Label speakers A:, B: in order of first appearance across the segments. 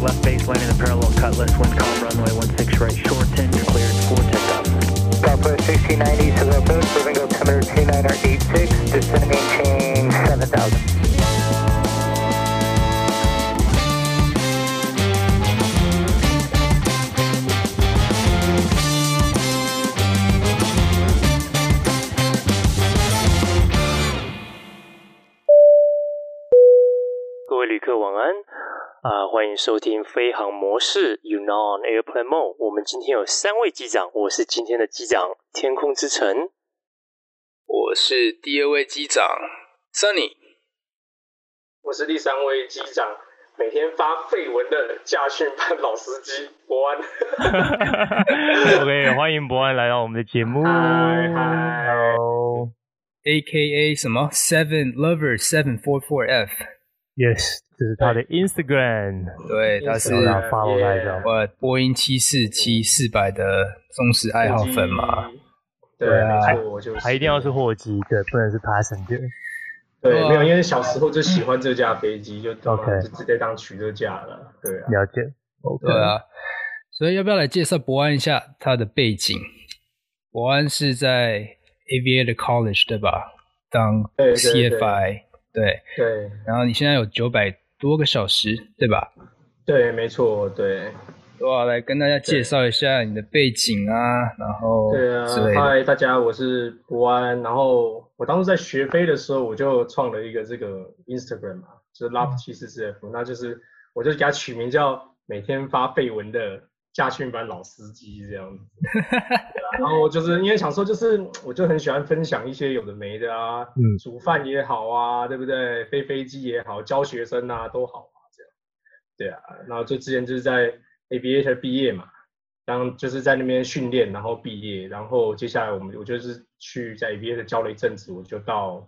A: left base landing the parallel cutlass, wind calm runway 16 right, short 10, you're cleared for takeoff.
B: Southwest 1690, Southwest, moving altimeter 29086, descending change 7000.
C: 各位旅客晚安啊、欢迎收听飞航模式 Unon Airplane Mode。我们今天有三位机长，我是今天的机长天空之城。
D: 我是第二位机长 Sunny。
E: 我是第三位机长，每天发绯闻的驾训班老司机伯安。
A: OK，欢迎博安来到我们的节目。
E: 嗨嗨
A: Hello。
D: A K A 什么 Seven Lover Seven Four Four F，
A: Yes，这是他的 Instagram，
D: 对，他是
A: 让他 follow 来着。
D: 我波音七四七四百的忠实爱好粉嘛。
E: 对，
A: 对啊
E: 没错，我就是。
A: 还一定要是货机，对，不能是 passenger。嗯
E: 对，没有，因为小时候就喜欢这架飞机，就
A: OK
E: 就直接当取乐架了。对啊，
A: 了解，OK，
D: 对啊，所以要不要来介绍博安一下他的背景？博安是在 Aviator College 对吧？当
E: 对对
D: CFI 对，
E: 对
D: 然后你现在有九百多个小时对吧？
E: 对，没错，对
D: 对啊，来跟大家介绍一下你的背景啊，然后
E: 对啊
D: 之类。的。
E: 嗨，大家，我是伯安。然后我当时在学飞的时候，我就创了一个这个 Instagram 嘛，
D: 嗯
E: 就是 Love 七四 CF，那就是我就给它取名叫每天发绯闻的驾训班老司机这样 子。然后就是因为想说，就是我就很喜欢分享一些有的没的啊，
A: 嗯
E: 煮饭也好啊，对不对？飞飞机也好，教学生啊都好啊，这样。对啊，然后就之前就是在 aviator 毕业嘛，当就是在那边训练，然后毕业，然后接下来我们我就是去在 aviator 教了一阵子，我就到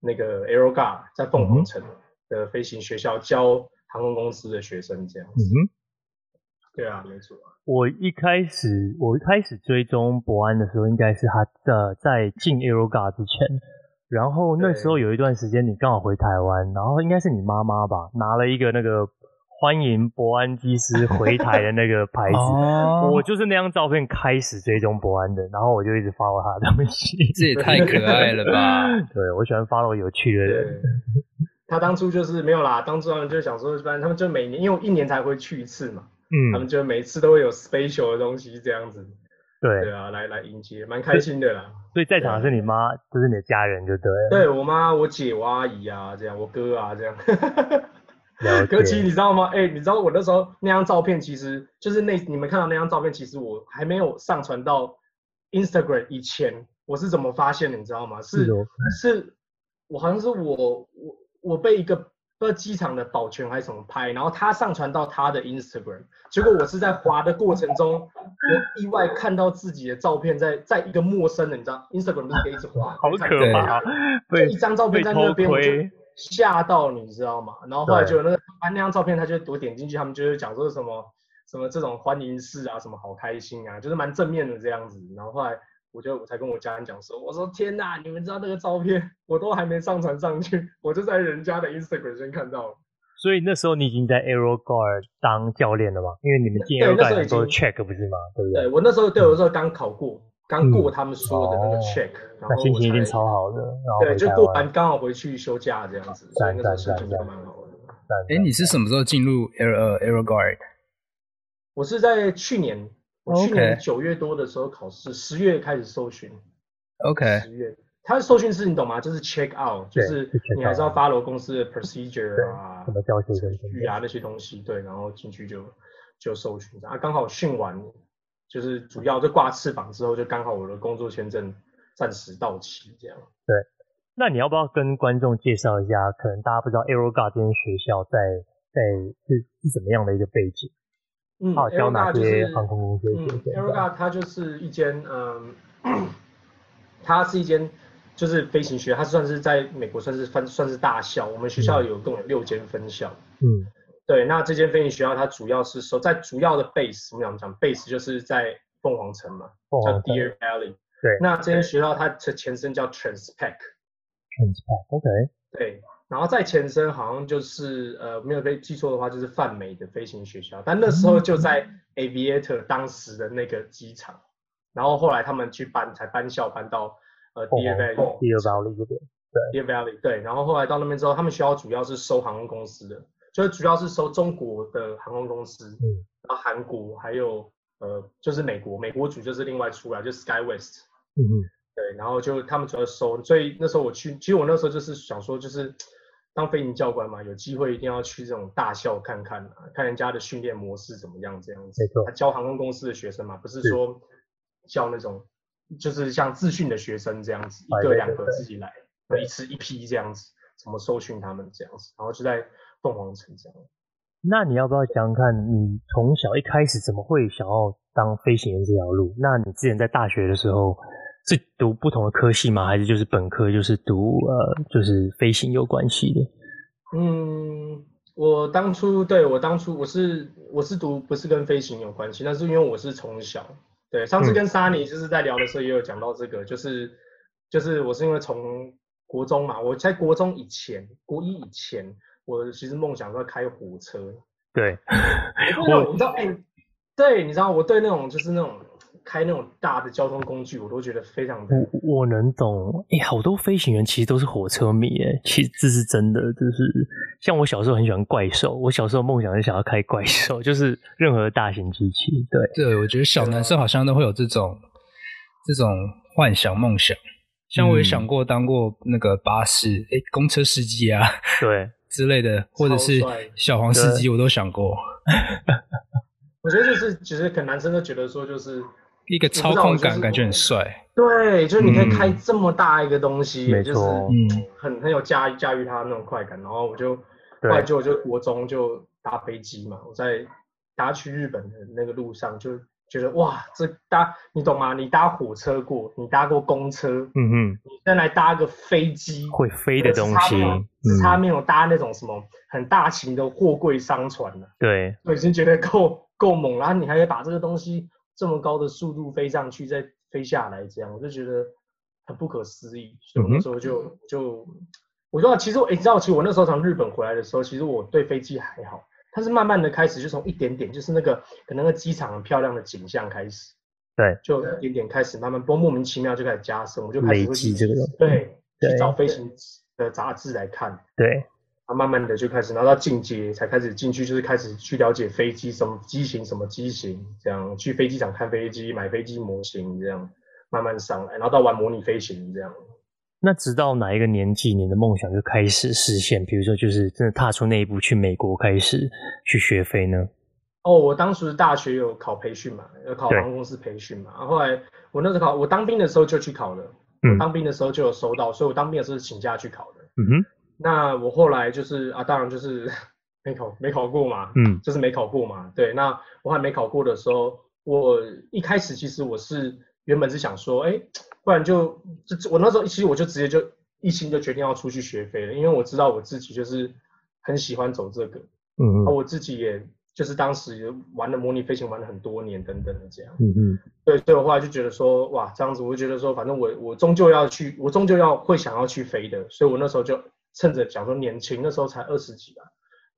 E: 那个 a e r o g a 在凤
A: 嗯
E: 凰城的飞行学校教航空公司的学生这样
A: 嗯
E: 子。
A: 哼，
E: 对啊，没错啊。
A: 我一开始我一开始追踪博安的时候，应该是他呃在进 Aeroga 之前，然后那
E: 对
A: 时候有一段时间你刚好回台湾，然后应该是你妈妈吧，拿了一个那个欢迎博安机师回台的那个牌子。
D: 哦
A: 我就是那张照片开始追踪博安的，然后我就一直 follow 他的东西。
D: 这也太可爱了 吧！
A: 对，我喜欢 follow 有趣的人。
E: 对，他当初就是没有啦，当初他们就想说，反正他们就每年，因为我一年才会去一次嘛，他们
A: 嗯，
E: 就每次都会有 special 的东西这样子，对
A: 对，
E: 啊，来来迎接，蛮开心的啦。
A: 所以在场的是你妈，就是你的家人就对了。
E: 对我妈、我姐、我阿姨啊，这样，我哥啊，这样。
A: 了
E: 可是其实
A: 解。
E: 你知道吗？哎、你知道我那时候那张照片，其实就是那你们看到那张照片，其实我还没有上传到 Instagram 以前，我是怎么发现的？你知道吗？是
A: 是哦
E: 是，我好像是我我我被一个不知道机场的保全还是什么拍，然后他上传到他的 Instagram，结果我是在滑的过程中，我意外看到自己的照片在在一个陌生的，你知道 Instagram 不是可以一直滑，
A: 好可怕，被
E: 一张照片在那边我就吓到，你知道吗？然后后来就有那个啊那张照片，他就我点进去，他们就是讲说什么什么这种欢迎式啊，什么好开心啊，就是蛮正面的这样子。然后后来我就我才跟我家人讲说，我说天呐，你们知道那个照片我都还没上传上去，我就在人家的 Instagram 先看到了。
A: 所以那时候你已经在 Aero Guard 当教练了嘛？因为你们进
E: 对
A: Aero
E: 那
A: Guard
E: 时候
A: 很多
E: 已经
A: check 不是吗？对不
E: 对？我那时候对我那时候刚考过，刚过他们说的那
A: 嗯
E: 个
A: 哦
E: check，、然
A: 那
E: 后
A: 心情一
E: 我
A: 定
E: 才
A: 超好的。然后
E: 对，
A: 回
E: 就
A: 台
E: 过
A: 湾
E: 完，刚好回去休假这样子，所以那时候心情就蛮好的。
A: 赞
D: 哎，你是什么时候进入 Air 呃 Air Guard？
E: 我是在去年，我去
D: OK
E: 年九月多的时候考试，十月开始搜寻。
D: OK，
E: 十月，他搜寻是你懂吗？就是 check out，就
A: 对
E: 是
A: 是 check
E: 你还是
A: out
E: 要 follow 公司的 procedure 啊
A: 什、么教学生
E: 程序啊那些东西，对，然后进去就就搜寻啊，刚好训完，就是主要就挂翅膀之后，就刚好我的工作签证暂时到期这样。
A: 那你要不要跟观众介绍一下？可能大家不知道 Aero Guard 这间学校在在是是怎么样的一个背景？
E: 嗯
A: 它有教哪
E: Aeroga 就
A: 些
E: 是
A: 航空公司的
E: 嗯
A: 学生？
E: ，Aeroga 它就是一间，嗯， 它是一间就是飞行学，它算是在美国算是分算是大校，我们学校有共有六间分校。
A: 嗯
E: 对，那这间飞行学校它主要是收在主要的 base，我们讲讲 base 就是在凤凰城嘛，
A: 凤
E: 叫
A: 凰城
E: Deer Valley。
A: 哦对
E: 那这间学校它的前身叫 Transpec。
A: ，Transport，OK，
E: 对，然后再前身好像就是呃没有被记错的话，就是泛美的飞行学校，但那时候就在 Aviator 当时的那个机场，然后后来他们去搬才搬校搬到呃 Deer Valley
A: 第二包了一个点，
E: Deer Valley 对，然后后来到那边之后，他们学校主要是收航空公司的，就是主要是收中国的航空公司，
A: 嗯
E: 然后韩国还有呃就是美国，美国组就是另外出来就是 SkyWest，
A: 嗯哼，
E: 对，然后就他们主要收，所以那时候我去，其实我那时候就是想说，就是当飞行教官嘛，有机会一定要去这种大校看看啊，看人家的训练模式怎么样，这样子。
A: 没错
E: 他教航空公司的学生嘛，不是
A: 是
E: 说教那种，就是像自训的学生这样子，
A: 哎
E: 一个
A: 对
E: 两
A: 对
E: 个
A: 对
E: 自己来，然后一次一批这样子，怎么受训他们这样子，然后就在凤凰城这样。
A: 那你要不要想想看，你从小一开始怎么会想要当飞行员这条路？那你之前在大学的时候是读不同的科系吗？还是就是本科就是读呃就是飞行有关系的？
E: 嗯，我当初对我当初我是我是读不是跟飞行有关系，但是因为我是从小对上次
A: 嗯
E: 跟沙尼就是在聊的时候也有讲到这个，就是就是我是因为从国中嘛，我在国中以前国一以前，我其实梦想是要开火车，
A: 对，
E: 我你知道哎、对，你知道我对那种就是那种开那种大的交通工具，我都觉得非常的
A: 我我能懂。哎、好多飞行员其实都是火车迷哎，其实这是真的，就是像我小时候很喜欢怪兽，我小时候梦想是想要开怪兽，就是任何大型机器。对，啊
D: 对，我觉得小男生好像都会有这种这种幻想梦想。像
A: 嗯
D: 我也想过当过那个巴士、诶公车司机啊
A: 对，
D: 之类的，或者是
E: 超帅
D: 小黄司机，我都想过。
E: 我觉得就是其实可能男生都觉得说就是。
A: 嗯
D: 一个操控感感觉很帅，
E: 对，就是你可以开
A: 嗯
E: 这么大一个东西，
A: 没
E: 就是
A: 错
D: 嗯，
E: 很很有驾驭驾驭它的那种快感。然后我就后
A: 对
E: 来就我就国中就搭飞机嘛，我在搭去日本的那个路上就觉得哇，这搭你懂吗？你搭火车过，你搭过公车，
A: 嗯哼，
E: 你再来搭个飞机，
A: 会飞的东
E: 只差
A: 西，
E: 没有只差
A: 嗯，
E: 没有搭那种什么很大型的货柜商船了、
A: 对。
E: 我已经觉得够够猛了，然后你还得把这个东西这么高的速度飞上去，再飞下来，这样我就觉得很不可思议。所以我
A: 嗯
E: 那
A: 哼
E: 时候就、就我知道，其实我、诶你知道，其实我那时候从日本回来的时候，其实我对飞机还好，但是慢慢的开始就从一点点，就是那个可能那个机场很漂亮的景象开始，
A: 对，
E: 就一点点开始慢慢不过莫名其妙就开始加深，我就开始
A: 累
E: 会
A: 积
E: 去
A: 这个东西
E: 对去
A: 对
E: 找飞行的杂志来看。
A: 对，
E: 啊，慢慢的就开始，然后到进阶才开始进去，就是开始去了解飞机什么机型、什么机型，这样去飞机场看飞机、买飞机模型，这样慢慢上来，然后到玩模拟飞行这样。
A: 那直到哪一个年纪，你的梦想就开始实现？比如说，就是真的踏出那一步，去美国开始去学飞呢？
E: 哦，我当时大学有考培训嘛，有考
A: 对
E: 航空公司培训嘛，然后后来我那时候考，我当兵的时候就去考了，
A: 嗯
E: 当兵的时候就有收到，所以我当兵的时候是请假去考的。
A: 嗯
E: 那我后来就是啊，当然就是 没考没考过嘛，
A: 哼，嗯，
E: 就是没考过嘛。对，那我还没考过的时候，我一开始其实我是原本是想说，哎，不然就就我那时候其实我就直接就一心就决定要出去学飞了，因为我知道我自己就是很喜欢走这个，
A: 嗯嗯
E: 而我自己也就是当时也玩了模拟飞行玩了很多年等等的这样。
A: 嗯嗯，
E: 对，所以我后来就觉得说，哇，这样子，我就觉得说，反正我我终究要去，我终究要会想要去飞的，所以我那时候就趁着想说年轻，那时候才二十几吧，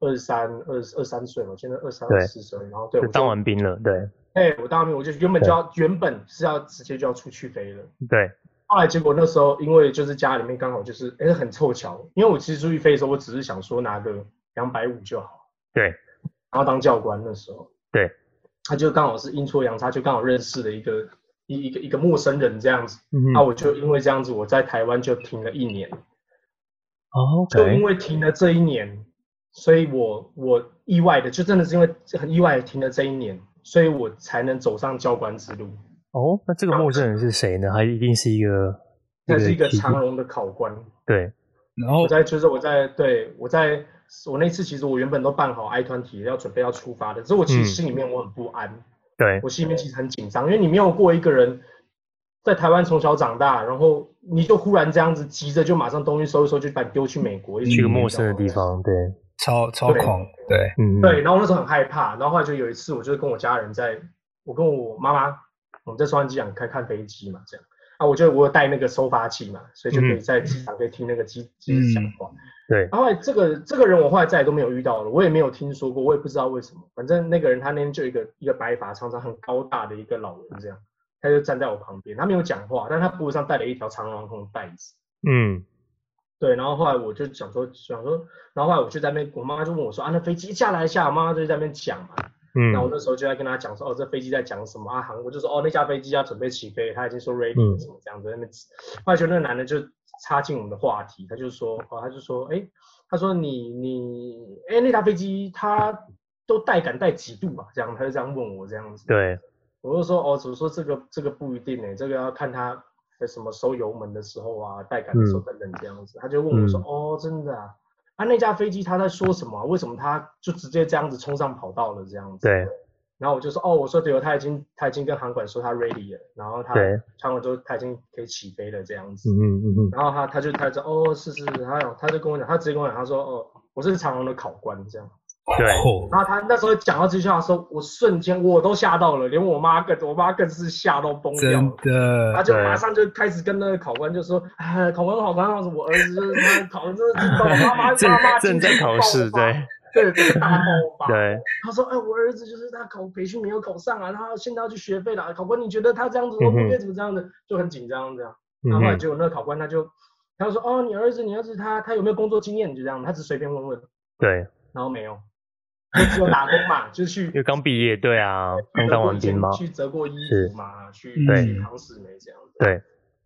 E: 二十三、二二三岁嘛，现在二三、
A: 对
E: 二四岁，然后对，
A: 嗯
E: 我
A: 就当完兵了，对
E: 哎，我当完兵，我就原本就要原本是要直接就要出去飞了，
A: 对，
E: 后来结果那时候因为就是家里面刚好就是，哎，很凑巧，因为我其实出去飞的时候，我只是想说拿个两百五就好，
A: 对，
E: 然后当教官那时候，
A: 对，
E: 他就刚好是阴错阳差，就刚好认识了一个一一个一个陌生人这样子。
A: 嗯
E: 那、啊、
A: 哼
E: 我就因为这样子，我在台湾就停了一年，
A: 哦
E: 就因
A: ，OK，
E: 为停了这一年，所以我我意外的，就真的是因为很意外的停了这一年，所以我才能走上教官之路。
A: 哦，那这个陌生人是谁呢？他一定是一个，
E: 那是一个
A: 奇
E: 长荣的考官，
A: 对，
D: 然后
E: 我在就是我在对我在我那次其实我原本都办好 I 团体要准备要出发的，只是我其实
A: 嗯
E: 心里面我很不安，
A: 对，
E: 我心里面其实很紧张，因为你没有过一个人在台湾从小长大，然后你就忽然这样子急着就马上东西收一收就把你丢去美国，
A: 去
E: 直
A: 个
E: 丢
A: 陌
E: 到
A: 生的地方，对，
D: 超超狂，对，
A: 嗯，
E: 嗯对，，然后我那时候很害怕，然后后来就有一次，我就是跟我家人在，我跟我妈妈，我们在双安机场开看飞机嘛，这样，啊，我就我有带那个收发器嘛，所以就可以在机场可以听那个机机子讲话。
A: 嗯对
E: 然后这个这个人我后来再也都没有遇到了，我也没有听说过，我也不知道为什么。反正那个人他那天就一个一个白发苍苍、很高大的一个老人这样，他就站在我旁边，他没有讲话，但他脖子上戴了一条长龙空的带子。
A: 嗯，
E: 对，然后后来我就想说，想说，然后后来我就在那边，我妈妈就问我说啊，那飞机下来一下，我妈妈就在那边讲嘛。
A: 嗯
E: 那我那时候就在跟他讲说，哦，这飞机在讲什么啊？韩国就说，哦，那架飞机要准备起飞，他已经说 ready
A: 嗯
E: 了什么这样子。那边，后来就那个男的就插进我们的话题，他就说，哦，他就说，哎，他说你你，哎，那架飞机它都带感带几度啊？这样，他就这样问我这样子。，
A: 对，
E: 我就说，哦，只是说这个这个不一定呢、欸这个要看他呃什么收油门的时候啊，带感的时候等等这样子。他就问我说，
A: 嗯
E: 哦，真的啊？啊，那架飞机他在说什么啊、为什么他就直接这样子冲上跑道了这样子？
A: 对，
E: 然后我就说，哦，我说对哦，他已经他已经跟航管说他 ready 了，然后他
A: 对
E: 航管说他已经可以起飞了这样子。
A: 嗯嗯嗯嗯，
E: 然后他他就他就哦是是，是他有他就跟我讲，他直接跟我讲，他说哦我是长荣的考官这样。
A: 对
D: 哦
E: 然后他那时候讲到这句话的时候，我瞬间我都吓到了，连我妈更我妈更是吓到崩掉
D: 真
E: 了。他
D: 的，
E: 就马上就开始跟那个考官就说：“哎，考官考官，我儿子就是他考的真的是懂妈妈
A: 正
E: 妈妈
A: 正在考试，
E: 对
A: 对
E: 对这个大爆发。”
A: 对，
E: 他说：“哎，我儿子就是他考培训没有考上啊，他现在要去学费了。考官，你觉得他这样子会不
A: 嗯哼
E: 会怎么这样子？就很紧张这样。
A: 嗯
E: 然后后来
A: 哼
E: 结果那个考官他就他就说：哦，你儿子，你儿子他他有没有工作经验？就这样，他只随便问问，
A: 对，
E: 然后没有，就只有打工嘛，就是去
A: 因为刚毕业，对啊，刚当完兵嘛，
E: 去折过衣
A: 是
E: 服嘛，去
D: 对
E: 去康世美这样子。
A: 对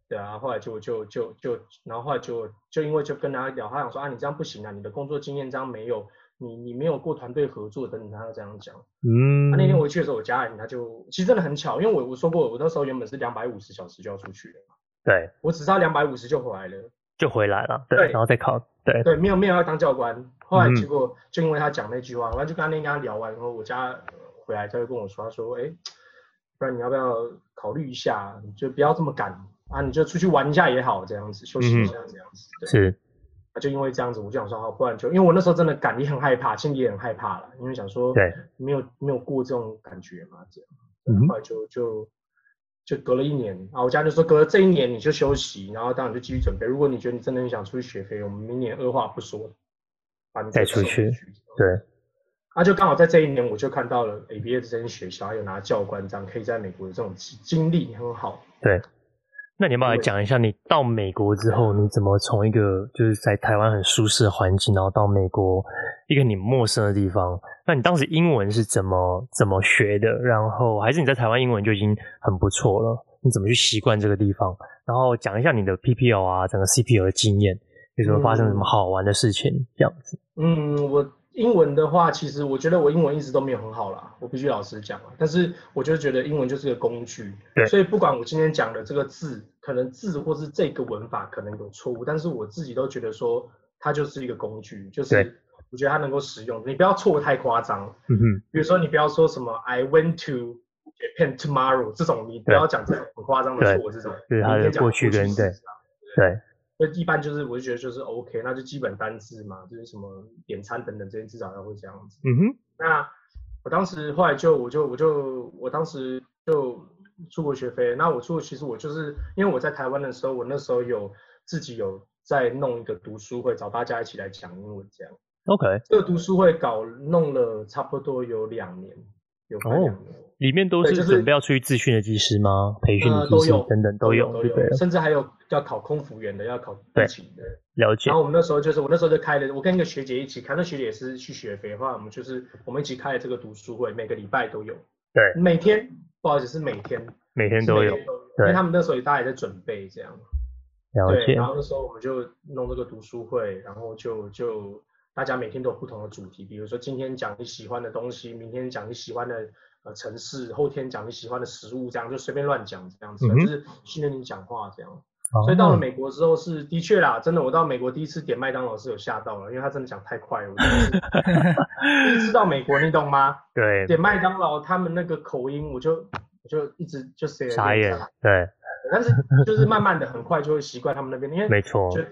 E: 对啊，后来就就就就，然后后来就就因为就跟他聊，他想说啊，你这样不行啊，你的工作经验这样没有，你你没有过团队合作等等，他就这样讲。
A: 嗯
E: 啊、那天回去的时候，我家人他就其实真的很巧，因为我我说过，我那时候原本是两百五十小时就要出去的嘛，
A: 对，
E: 我只差两百五十就回来了。
A: 就回来了，对，
E: 对
A: 然后再考，对，
E: 对，没有没有要当教官。后来
A: 嗯
E: 结果就因为他讲那句话，然后就跟他那天跟他聊完，然后我家呃回来，他就跟我说，他说，哎，不然你要不要考虑一下，你就不要这么赶啊，你就出去玩一下也好，这样子休息一
A: 嗯
E: 下这样子。对，
A: 是，
E: 啊就因为这样子，我就想说，好，不然就因为我那时候真的赶，也很害怕，心里也很害怕了，因为想说，
A: 对，
E: 没有没有过这种感觉嘛，这样。
A: 嗯哼
E: 后来就就就隔了一年啊，我家就说隔了这一年你就休息，然后当然就继续准备。如果你觉得你真的很想出去学飞，我们明年二话不说，把你
A: 再出去
E: 去。
A: 对，
E: 啊，就刚好在这一年，我就看到了 ABA 这间学校还有拿教官章，可以在美国的这种经经历很好。
A: 那你要不要来
E: 对
A: 讲一下，你到美国之后，你怎么从一个就是在台湾很舒适的环境，然后到美国一个你陌生的地方？那你当时英文是怎么怎么学的？然后还是你在台湾英文就已经很不错了？你怎么去习惯这个地方？然后讲一下你的 PPL 啊，整个 CPL 的经验，有什么发生什么好玩的事情？这样子，
E: 嗯，我英文的话，其实我觉得我英文一直都没有很好啦，我必须老实讲啊。但是我就觉得英文就是个工具，
A: 对
E: 所以不管我今天讲的这个字，可能字或是这个文法可能有错误，但是我自己都觉得说它就是一个工具，就
A: 对
E: 是我觉得它能够使用，你不要错得太夸张。
A: 嗯哼，
E: 比如说你不要说什么 I went to Japan tomorrow 这种，你不
A: 对
E: 要讲这种很夸张的
A: 对
E: 错，这种
A: 就是它的
E: 你可以讲
A: 过去跟
E: 式
A: 对
E: 啊
A: 对，
E: 那一般就是我就觉得就是 OK，那就基本单字嘛，就是什么点餐等等这些至少要会这样子。
A: 嗯哼，
E: 那我当时后来就我就我就我当时就出国学飞，那我出国其实我就是因为我在台湾的时候，我那时候有自己有在弄一个读书会，找大家一起来讲英文这样。
A: ，OK，
E: 这个读书会搞弄了差不多有两年，有快
A: 哦
E: 两年。
A: 里面都
E: 对
A: 是
E: 就是
A: 准备要出去自训的技师吗？培训的
E: 呃，
A: 技
E: 都
A: 师
E: 有
A: 等等都有，
E: 都
A: 对不对
E: 有，？甚至还有要考空服员的，要考
A: 对
E: 地勤的。
A: 了解
E: 然，后我们那时候就是，我那时候就开了，我跟一个学姐一起开，那学姐也是去学飞，后来我们就是我们一起开了这个读书会，每个礼拜都有，
A: 对，
E: 每天不好意思是每天，
A: 每天
E: 是
A: 都
E: 每
A: 有
E: 天，都有，
A: 对
E: 因为他们那时候也大家也在准备这样，
A: 了
E: 对，
A: 解
E: 然，后那时候我们就弄这个读书会，然后就就大家每天都有不同的主题，比如说今天讲你喜欢的东西，明天讲你喜欢的呃城市，后天讲你喜欢的食物，这样就随便乱讲这样子，
A: 嗯哼哦
E: 就是训练你讲话这样。所以到了美国之后是的确啦，真的，我到美国第一次点麦当劳是有吓到了，因为它真的讲太快了。我真的是 第一次到美国，你懂吗？
A: 对，
E: 点麦当劳他们那个口音，我就我就一直就谁
A: 傻眼，对，
E: 但是就是慢慢的，很快就会习惯他们那边，因为
A: 没错，
E: 就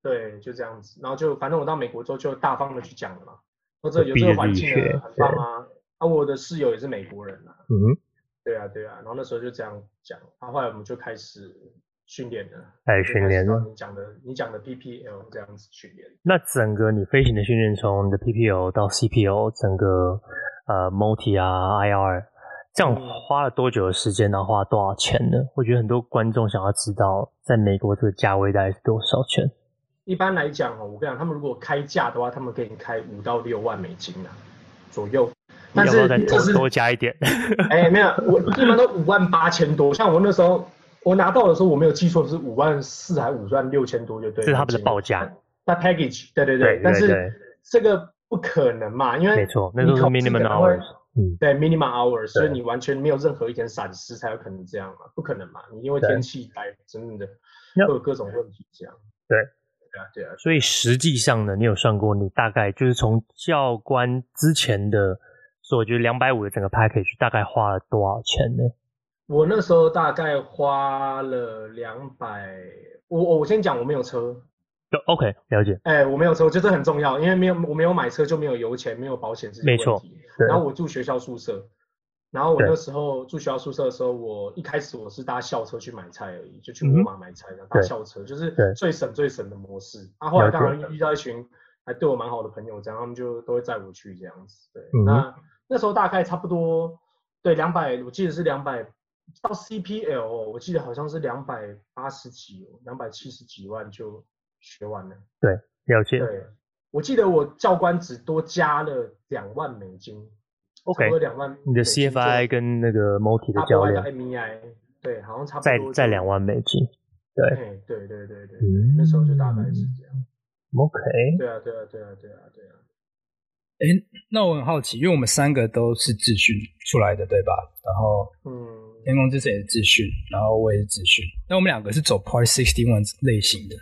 E: 对就这样子，然后就反正我到美国之后就大方的去讲了嘛，或者有这个环境
A: 逼着自己学
E: 了，很棒啊。啊，我的室友也是美国人啊，
A: 嗯哼，
E: 对啊，对啊，然后那时候就这样讲，然后后来我们就开始训练的，
A: 开始哎训练
E: 就开
A: 了
E: 始到你讲的你讲的 PPL 这样子训练。
A: 那整个你飞行的训练，从你的 PPO 到 CPO，整个呃 multi 啊 IR，这样
E: 嗯
A: 花了多久的时间？然后花了多少钱呢？我觉得很多观众想要知道，在美国这个价位大概是多少钱？
E: 一般来讲哦，我跟你讲，他们如果开价的话，他们给你开五到六万美金啊左右。但
A: 要不要
E: 是
A: 再
E: 这
A: 多
E: 是
A: 多加一点？
E: 哎，没有，我一般都五万八千多。像我那时候我拿到的时候，我没有记错是五万四还五万六千多，就对。
A: 这是他们的报价。
E: 那 package，对对
A: 对对
E: 但
A: 对
E: 是这个不可能嘛，因为
A: 没错那时候是
E: 你考试
A: minimum
E: 可能会
A: hours 嗯
E: 对 minimum hours，所以你完全没有任何一点闪失才有可能这样嘛，不可能嘛，你因为
A: 对
E: 天气来真的
A: 那
E: 会有各种问题这样。
A: 对
E: 对啊，对啊，
A: 所以实际上呢，你有算过，你大概就是从教官之前的，所以我觉得两百五的整个 package 大概花了多少钱呢？
E: 我那时候大概花了两百，我我我先讲我没有车，
A: 就 OK，了解，
E: 哎，我没有车，我觉得这很重要，因为没有我没有买车就没有油钱，没有保险这些
A: 没
E: 问
A: 错
E: 题。
A: 对
E: 然后我住学校宿舍，然后我
A: 对
E: 那时候住学校宿舍的时候，我一开始我是搭校车去买菜而已，就去
A: 嗯哼
E: 沃尔玛买菜，然后搭
A: 对
E: 校车，就是
A: 对
E: 最省最省的模式。啊，后来
A: 了解
E: 当然遇到一群还对我蛮好的朋友，这样他们就都会载我去这样子。对，
A: 嗯哼
E: 那那时候大概差不多，对，两百，我记得是两百。到 CPL，哦我记得好像是两百八十几、哦两百七十几万就学完了。
A: 了解
E: 对，我记得我教官只多加了两万美金差
A: OK
E: 不多两万。
A: 你的 CFI 跟那个 multi 的教
E: RPI
A: 练
E: 到 MEI，对，E 好像差不
A: 再
E: 多
A: 再
E: 就
A: 两。万美金。对
E: 哎，对对对对，
A: 嗯
E: 那时候就大概是这样。
A: OK，
E: 对啊，对啊，对啊，对啊，对啊。
D: 那我很好奇，因为我们三个都是自训出来的，对吧？然后
E: 嗯，
D: 天空之城也是自训，然后我也是自训。那我们两个是走 Part Sixty One 类型的。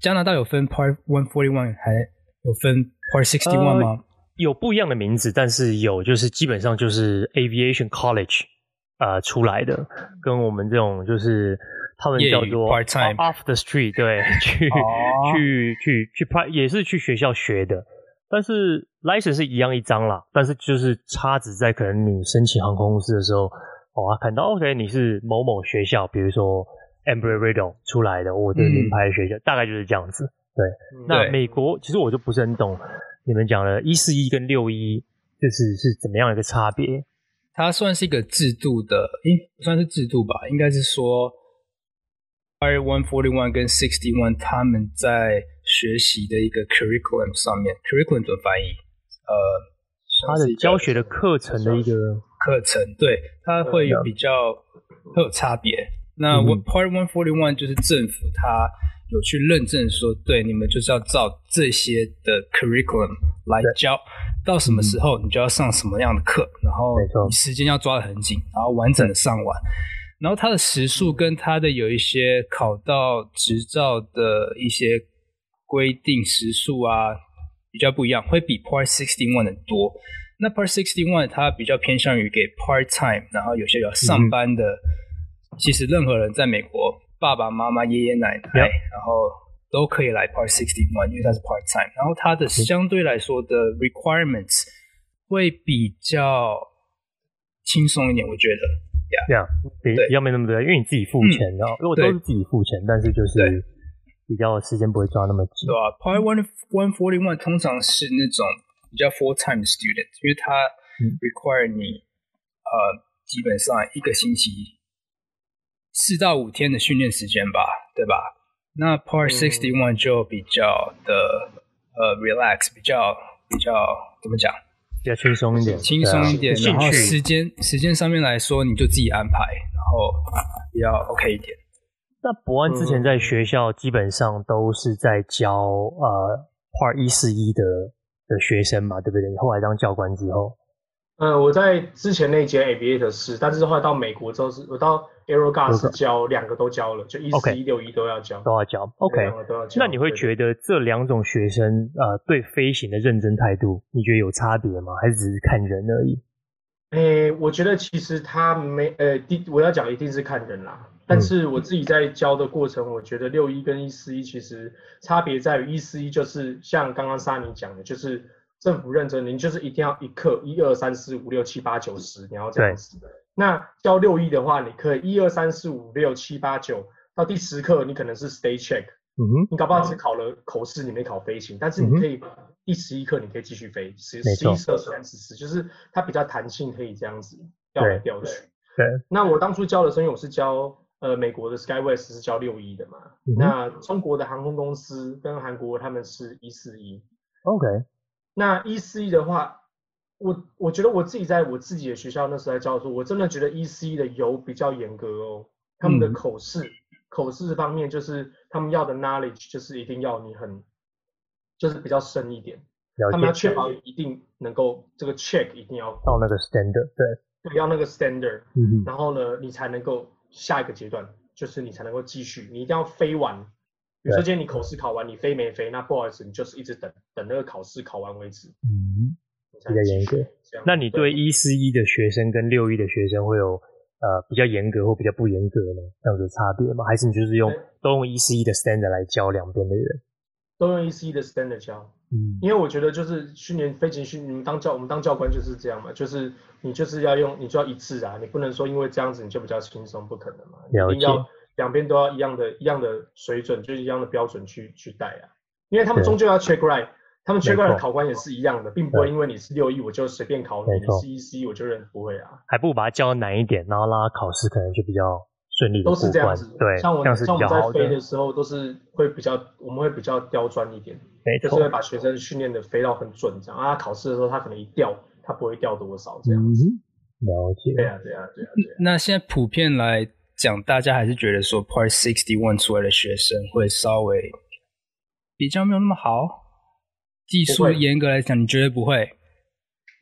D: 加拿大有分 Part One Forty One，还有分 Part Sixty One 吗？
A: 有不一样的名字，但是有就是基本上就是 Aviation College 呃出来的，跟我们这种就是他们
D: 业余
A: 叫做
D: part-time
A: off the street 对，呃去、
D: 哦
A: 去去去拍也是去学校学的，但是 license 是一样一张啦，但是就是差只在可能你申请航空公司的时候，哦，他看到 OK 你是某某学校，比如说 Embry-Riddle 出来的，我这个
D: 嗯
A: 名牌学校，大概就是这样子。
E: 嗯
A: 那
D: 对
A: 美国其实我就不是很懂你们讲的一四一跟六一，就是是怎么样一个差别？
D: 它算是一个制度的，诶，不算是制度吧，应该是说 Part One Forty One 跟 Sixty One 他们在学习的一个 curriculum 上面，curriculum 怎么翻译？呃，
A: 它的教学的课程的一个
D: 课程，对，它会有比较会有差别。那
A: 嗯哼
D: One Part One Forty One 就是政府它有去认证说，对，你们就是要照这些的 curriculum 来教，到什么时候你就要上什么样的课，然后
A: 没错
D: 你时间要抓得很紧，然后完整的上完。然后它的时速跟它的有一些考到执照的一些规定时速啊，比较不一样，会比 Part Sixty One 的多。那 Part Sixty One 它比较偏向于给 part time，然后有些要上班的。其实任何人在美国，爸爸妈妈、爷爷奶奶
A: Yep
D: 然后都可以来 Part Sixty One，因为它是 part time。然后它的相对来说的 requirements 会比较轻松一点，我觉得。
A: 这样，比
D: 嗯对嗯
A: 比较没那么多，因为你自己付钱的，如果都
D: 对
A: 是自己付钱，但是就
D: 对
A: 是比较时间不会抓那么紧
D: 对。啊吧、p a r t One One Forty One 通常是那种比较 full time student，因为它
A: 嗯
D: require 你、呃基本上一个星期四到五天的训练时间吧，对吧？那 Part
E: 嗯
D: Sixty One 就比较的呃 relax，比较比较怎么讲？
A: 比较轻松一点，
D: 轻松一点，
A: 对啊
D: 然后
A: 兴
D: 时
A: 趣。
D: 间时间上面来说，你就自己安排，然后比较 OK 一点。
A: 那博安之
D: 嗯
A: 前在学校基本上都是在教呃 Part 一四一的的学生嘛，对不对？你后来当教官之后，
E: 呃，我在之前那间 Aviator 是，但是后来到美国之后是，我到 AeroGas
A: 有个
E: 教两个都教了，就一四
A: OK
E: 一六一都要教。
A: 都要教。OK，
D: 啊
E: 两个都要教。
A: 那你会
E: 对
A: 觉得这两种学生呃对飞行的认真态度，你觉得有差别吗？还是只是看人而已？
E: 诶，我觉得其实他没，呃，第我要讲一定是看人啦。但是我自己在教的过程，我觉得六一跟一四一其实差别在于一四一就是像刚刚沙尼讲的，就是政府认真，你就是一定要一课一二三四五六七八九十，你要这样子。那教六一的话，你可以一二三四五六七八九到第十课你可能是 stay check，
A: 嗯哼，
E: 你搞不好只考了口试，你没考飞行，但是
A: 嗯
E: 你
A: 哼
E: 可以第十一课你可以继续飞，十
A: 没
E: 十
A: 错
E: 一课、十二、十四，就是它比较弹性，可以这样子调来调去。
A: 对，
E: 那我当初教的时候，因为我是教呃美国的 SkyWest 是教六一的嘛，
A: 嗯哼
E: 那中国的航空公司跟韩国他们是一四一，
A: ，OK，
E: 那一四一的话，我我觉得我自己在我自己的学校那时候在教的时候，我真的觉得一四一的有比较严格哦，他们的
D: 嗯
E: 口试、口试方面就是他们要的 knowledge 就是一定要你很，就是比较深一点，
A: 了
E: 他们要
A: 解
E: 确，保一定能够这个 check 一定要
A: 到那个 standard，对，
E: 对要那个 standard，
A: 嗯哼，
E: 然后呢，你才能够下一个阶段，就是你才能够继续，你一定要飞完。比如说
A: 对
E: 今天你口试考完，你飞没飞？那不好意思，你就是一直等等那个考试考完为止。
A: 嗯，
E: 你才
A: 比较
E: 继
A: 严
E: 续
A: 格。
E: 这样
A: 那你对一四一的学生跟六一的学生会有呃比较严格或比较不严格呢这样子的差别吗？还是你就是用
E: 对
A: 都用一四一的 standard 来教两边的人？
E: 都用 E C 的 standard 教，
A: 嗯，
E: 因为我觉得就是训练飞行训，你们当教我们当教官就是这样嘛，就是你就是要用，你就要一致啊，你不能说因为这样子你就比较轻松，不可能嘛，你
A: 了
E: 一
A: 解
E: 定要两边都要一样的一样的水准，就是一样的标准去去带啊，因为他们
A: 对
E: 终究要 check right，他们
A: 没
E: check
A: 错
E: right 的考官也是一样的，并不会
A: 对
E: 因为你是六一我就随便考你，
A: 没
E: 你
A: 错
E: 是 E C 我就认不会啊，
A: 还不如把它教难一点，然后让他考试可能就比较顺利的
E: 都是
A: 过
E: 这样
A: 关
E: 子，。
A: 对，
E: 像
A: 这样
E: 我
A: 是
E: 像
A: 比
E: 我
A: 较
E: 们
A: 好
E: 在
A: 的
E: 飞，的时候都是会比较，我们会比较刁钻一点。
A: 没
E: 就是
A: 错
E: 会。把学生训练的飞到很准，这样啊，考试的时候他可能一掉，他不会掉多少这样
A: 嗯
E: 子。
A: 哼，了解。
E: 对啊，对啊，对啊，对啊。
D: 那现在普遍来讲，大家还是觉得说 Part Sixty One 出来的学生会稍微比较没有那么好。技
E: 不
D: 术
E: 会
D: 严格来讲，你绝对不会，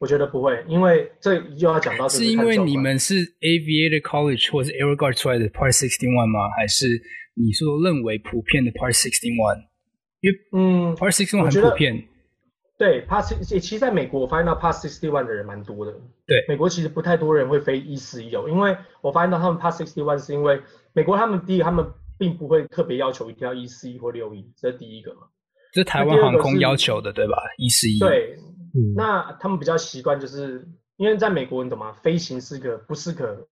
E: 我觉得不会，因为这又要讲到就是
D: 因
E: 看
D: 为
E: 教
D: 你
E: 官
D: 们是 Aviator College 或是 Air Guard 出来的 Part Sixty One 吗？还是你说认为普遍的 Part Sixty One？Part
E: 嗯，
D: Sixty
E: 我
D: One
E: 觉
D: 很
E: 得
D: 普遍，
E: 对 pass，其实在美国我发现到 pass sixty one 的人蛮多的。
D: 对
E: 美国其实不太多人会飞一四一哦，因为我发现到他们 pass sixty one 是因为美国他们第一他们并不会特别要求一定要一四一或六一，这是第一个嘛。
D: 这是台
E: 那
D: 湾
E: 第二
D: 航
E: 个
D: 空
E: 是
D: 要求的，对吧？一四一，
E: 对，
A: 嗯，
E: 那他们比较习惯，就是因为在美国，你懂吗？飞行是个不是个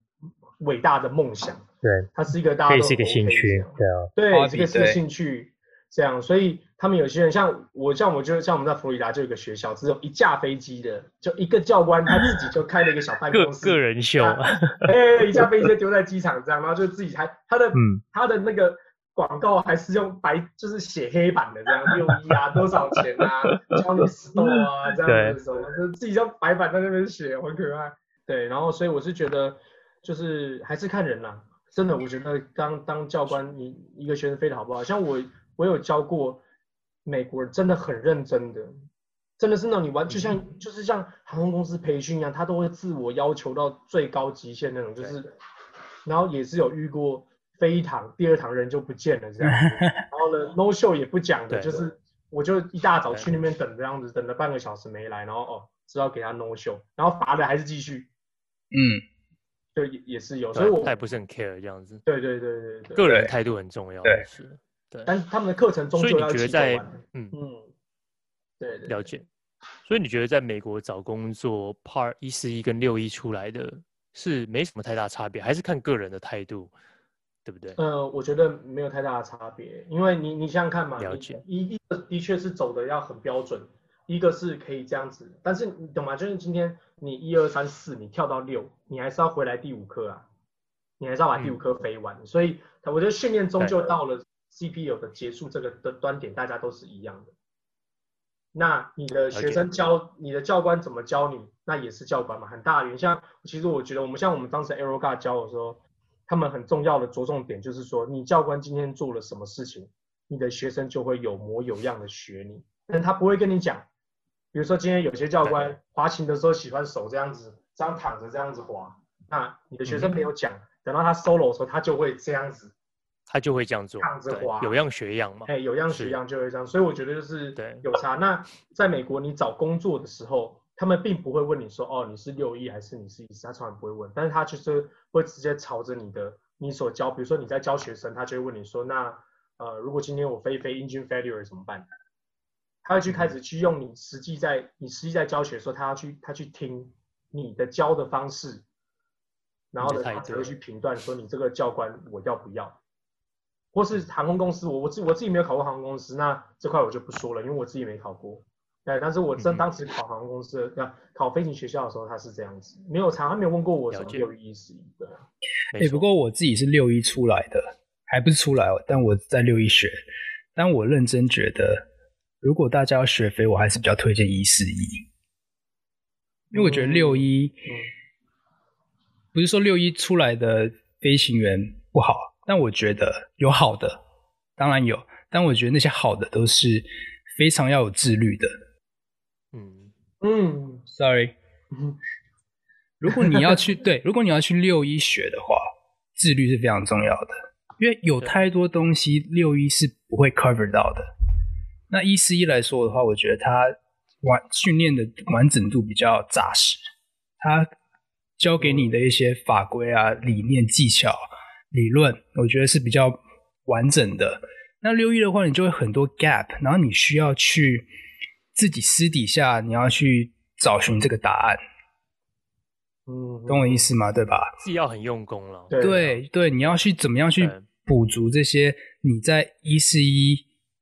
E: 伟大的梦想，
A: 对，
E: 它是一个
A: 可
E: 大家
A: 以
E: 都
A: 是一个
E: OK
A: 兴
E: 这
A: 趣
E: 样，
A: 对啊，
E: 对，
D: hobby，
E: 这个是个
D: 对
E: 兴趣，这样。所以他们有些人像我，像我就像我们在佛罗里达就有个学校，只有一架飞机的，就一个教官他自己就开了一个小办
A: 个
E: 公室，
A: 个人秀，
E: 啊哎、一架飞机就丢在机场这样，然后就自己还他的
A: 嗯，
E: 他的那个广告还是用白，就是写黑板的这样，六一啊，多少钱啊，教你 store 啊，这样子什么，就自己用白板在那边写，很可爱。对，然后所以我是觉得，就是还是看人啦、真的，我觉得当当教官，你一个学生飞的好不好，像我我有教过美国人，真的很认真的，真的是那种你完就像、
C: 嗯
E: 就是像航空公司培训一样，他都会自我要求到最高极限那种，就是，然后也是有遇过飞一堂第二堂人就不见了这样 子，然后呢 no show 也不讲的，
C: 对
E: 就是我就一大早去那边等这样子，等了半个小时没来，然后哦知道给他 no show，然后罚了还是继续，
D: 嗯，
E: 就也也是有，所以
C: 对
E: 我
C: 他也不是很 care 这样子，
E: 对对对对对，
C: 个人
D: 对
C: 态度很重要，
D: 对
C: 是，对。
E: 但是他们的课程终
C: 所以
E: 究
C: 你
E: 要一
C: 觉得
E: 起
C: 在
E: 走完
C: 嗯
E: 嗯，对对
C: 了解，所以你觉得在美国找工作，Part 一四一跟六一出来的是没什么太大差别，还是看个人的态度，对不对？
E: 呃，我觉得没有太大的差别，因为你你想想看嘛，
C: 了
E: 你
C: 解
E: 一一个的确是走的要很标准，一个是可以这样子，但是你懂吗？就是今天你一二三四，你跳到六，你还是要回来第五科啊，你还是要把第五科飞完，所以我觉得训练终究
C: 嗯对
E: 到了 CPU 的结束这个的端点，大家都是一样的。那你的学生教你的教官怎么教你，那也是教官嘛，很大的原因。像其实我觉得我们像我们当时 Aero g a 教的时候，他们很重要的着重点就是说，你教官今天做了什么事情，你的学生就会有模有样的学你，但他不会跟你讲。比如说今天有些教官滑行的时候喜欢手这样子，这样躺着这样子滑，那你的学生没有讲，等到他 solo 的时候，他就会这样子，
C: 他就会这样做
E: 看，着
C: 对
E: 花，
C: 有样学样嘛。
E: 哎，有样
C: 是
E: 学样就会这样，所以我觉得就是
C: 对
E: 有差。那在美国，你找工作的时候，他们并不会问你说哦你是六一还是你是一四，他从来不会问，但是他就是会直接朝着你的你所教，比如说你在教学生，他就会问你说那呃如果今天我飞一飞 engine failure 怎么办？他会去开始去用你实际在你实际在教学的时候，他要去他去听你的教的方式，然后
C: 你的
E: 呢
C: 态
E: 他才
C: 度
E: 会去评断说你这个教官我要不要。或是航空公司，我我自我自己没有考过航空公司，那这块我就不说了，因为我自己没考过。对，但是我真
D: 嗯
E: 当时考航空公司，那、考飞行学校的时候，他是这样子，没有查，他没有问过我什
C: 了
E: 么
C: 解
E: 六一十一对啊
C: 没
D: 哎、
C: 错
D: 不过我自己是六一出来的，还不是出来哦，但我在六一学。但我认真觉得，如果大家要学飞，我还是比较推荐一四一，因为我觉得
E: 嗯
D: 六一、
E: 嗯
D: 不是说六一出来的飞行员不好，但我觉得有好的，当然有，但我觉得那些好的都是非常要有自律的。
C: 嗯，
E: 嗯
D: Sorry，
E: 嗯
D: 如果你要去 对，如果你要去六一学的话，自律是非常重要的，因为有太多东西六一是不会 cover 到的。那一四一来说的话，我觉得它完训练的完整度比较扎实，它教给你的一些法规啊、理念、技巧、理论，我觉得是比较完整的。那六一的话，你就会很多 gap，然后你需要去自己私底下你要去找寻这个答案，
E: 嗯，
D: 懂我意思吗？对吧？
C: 自己要很用功了。
E: 对
D: 对对，你要去怎么样去
C: 对
D: 补足这些你在一四一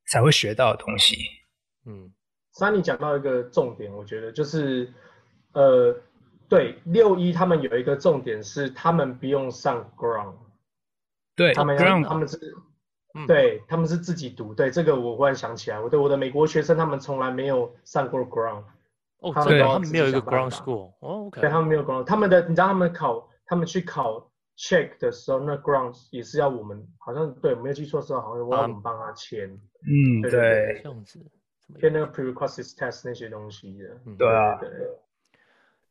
D: 才会学到的东西。
C: 嗯，
E: Sunny 讲到一个重点，我觉得就是，呃，对六一他们有一个重点是他们不用上 ground，
D: 对，
E: 他们要
D: ground
E: 他们是
C: 嗯，
E: 对他们是自己读，对这个我忽然想起来，我对我的美国学生他们从来没有上过 ground，
C: 哦，
E: 他们
C: 真的
D: 都
C: 他
E: 要
C: 们
E: 自
C: 没
E: 己
C: 有一个
E: 想办
C: ground
E: 法
C: school，哦，OK，
E: 对他们没有 ground，他们的你知道他们考他们去考 check 的时候，那 ground 也是要我们好像对我没有记错的时候，好像我要我们帮他签
D: 嗯，
E: 对
D: 对
E: 对
C: 这样子。怎么
E: 签
C: 样
E: 那个 prerequisites test 那些东西的，
C: 嗯
D: 对啊，
E: 对对。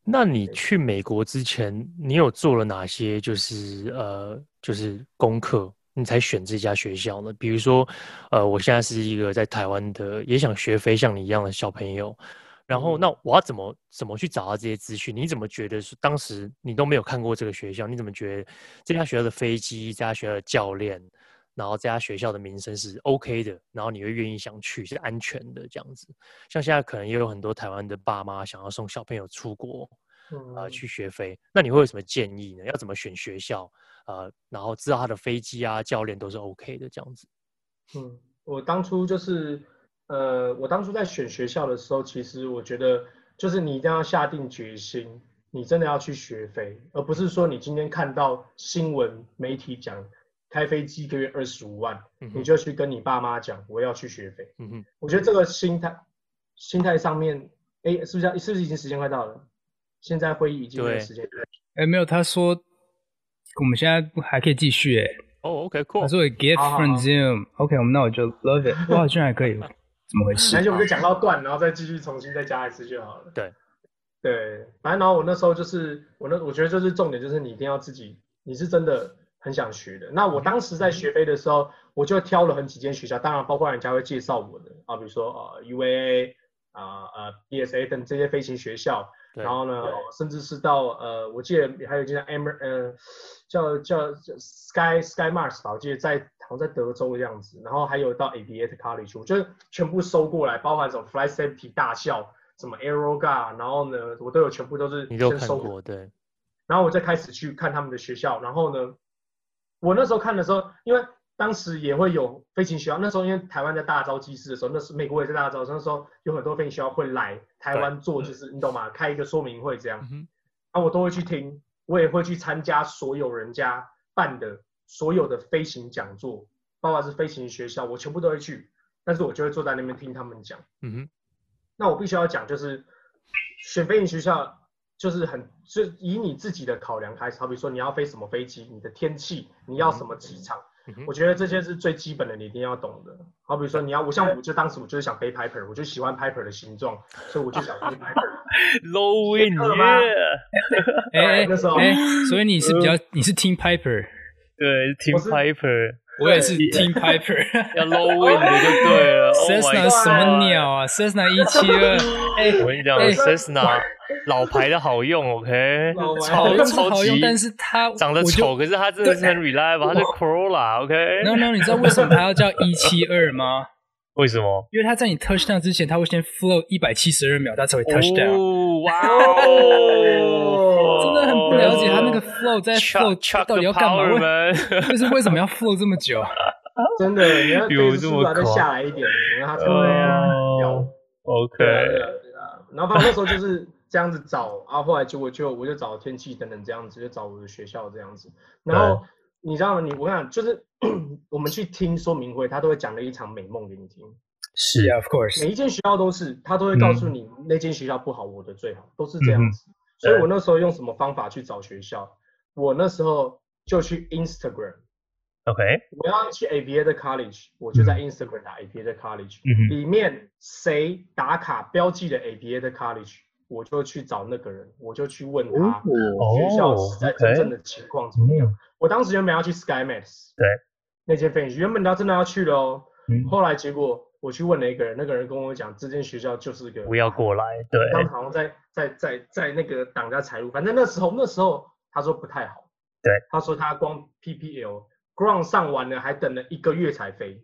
C: 那你去美国之前，你有做了哪些就是呃就是功课，你才选这家学校呢？比如说，呃，我现在是一个在台湾的也想学飞像你一样的小朋友，然后
E: 嗯
C: 那我要怎么怎么去找到这些资讯？你怎么觉得是当时你都没有看过这个学校，你怎么觉得这家学校的飞机、这家学校的教练，然后这家学校的名声是 OK 的，然后你会愿意想去，是安全的这样子？像现在可能也有很多台湾的爸妈想要送小朋友出国。呃
E: 嗯
C: 去学飞，那你会有什么建议呢？要怎么选学校？呃，然后知道他的飞机啊、教练都是 OK 的这样子。
E: 嗯，我当初就是，呃，我当初在选学校的时候，其实我觉得就是你一定要下定决心，你真的要去学飞，而不是说你今天看到新闻媒体讲开飞机一个月二十五万，
C: 嗯
E: 你
C: 哼，
E: 就去跟你爸妈讲我要去学飞。
C: 嗯哼，
E: 我觉得这个心态，心态上面，哎，是不是要是不是已经时间快到了？现在会议已经没有
C: 对
E: 时间了，
D: 哎，没有，他说我们现在不还可以继续哎，
C: 哦
D: 他
C: ，OK，cool，
D: 说 get
E: 好好
D: from
E: 好
D: Zoom，OK，我们那我就 love it，哇，居然还可以， 怎么回事
E: 而？且我们就讲到断，然后再继续重新再加一次就好了。
C: 对，
E: 对，反正然后我那时候就是我那我觉得就是重点就是你一定要自己，你是真的很想学的。那我当时在学飞的时候，我就挑了很几间学校，当然包括人家会介绍我的啊，比如说呃 UAA 啊呃 BSA 等这些飞行学校，
C: 对
E: 然后呢，甚至是到呃，我记得还有一间叫 Emer 呃，叫叫叫 Sky Sky Mars 吧，我记得在好像在德州的样子，然后还有到 Aviate College，我就是全部收过来，包含什么 Flight Safety 大校，什么 AeroGa，然后呢，我都有全部都是
C: 你都
E: 先
C: 看
E: 收
C: 过，对，
E: 然后我再开始去看他们的学校，然后呢，我那时候看的时候，因为当时也会有飞行学校，那时候因为台湾在大招机师的时候，那时美国也在大招，那时候有很多飞行学校会来台湾做，就是你懂吗？开一个说明会这样
C: 嗯，哼，
E: 然后我都会去听，我也会去参加所有人家办的所有的飞行讲座，包括是飞行学校，我全部都会去，但是我就会坐在那边听他们讲。
C: 嗯哼，
E: 那我必须要讲，就是选飞行学校就是很，就以你自己的考量开始，好比说你要飞什么飞机，你的天气，你要什么机场，
C: 嗯哼
E: 我觉得这些是最基本的，你一定要懂的。好比说你要，我像我就当时我就是想飞 Piper，我就喜欢 Piper 的形状，所以我就想飞 Piper。
C: ，low in
E: 了吗
C: yeah，
D: 哎哎
E: 那时候嗯
D: 哎，所以你是比较你是 Team Piper，
C: 对，Team
E: 我是
C: Piper
D: 我也是
C: 对
D: Team Piper。
C: 要 low in 的就对了。Oh my
D: Cessna
C: God
D: 什么鸟？啊？Cessna 一七二，
C: 我跟你讲
D: 哎
C: ，Cessna 老牌的好用，OK，
E: 老牌
C: 超
D: 好
C: 超
D: 好
C: 级
D: 用，，但是它
C: 长得
D: 我就
C: 丑，可是它真的是很 reliable，它是
D: 哇
C: Corolla，OK，
D: No No，你知道为什么它要叫一七二吗？
C: 为什么？
D: 因为它在你 touchdown 之前，它会先 flow 一百七十二秒，它才会 touchdown。
C: 哦，哇 哦，
D: 真的很不了解它那个 flow 在
C: Chuck
D: flow
C: Chuck
D: 到底要干嘛？
C: the power,
D: 为
C: man
D: 就是为什么要 flow 这么久？
E: 真的，你要
F: 有
E: 飞
F: 这
E: 速
F: 么
E: 把它
F: 狂
E: 下来一点，然后它才会
F: 对啊
E: 摇。
F: ，OK，
E: 对啊，对啊，对啊。然后反正那时候就是这样子找， 啊，后来结果就我就找天气等等这样子，就找我的学校这样子。然后你知道吗？你我想就是 我们去听说明会，他都会讲了一场美梦给你听。
A: 是
D: Yeah, of course.
E: 每一间学校都是，他都会告诉你那间学校不好，我的最好，都是这样子。所以我那时候用什么方法去找学校？我那时候就去 Instagram，
A: OK，
E: 我要去 Aviator College，我就
A: 嗯
E: 在 Instagram 打 Aviator College，、
F: 嗯哼
E: 里面谁打卡标记的 Aviator College，我就去找那个人，我就去问他
A: 哦
E: 学校实在真正的情况怎么样。我当时原本要去 SkyMax，
A: 嗯对，
E: 那间飞行原本他真的要去的哦，
F: 嗯
E: 后来结果我去问了一个人，那个人跟我讲，这间学校就是个
A: 不要过来，对，
E: 当时好像在在在在那个挡家财务，反正那时候那时候他说不太好，
A: 对，
E: 他说他光 PPL ground 上完了，还等了一个月才飞，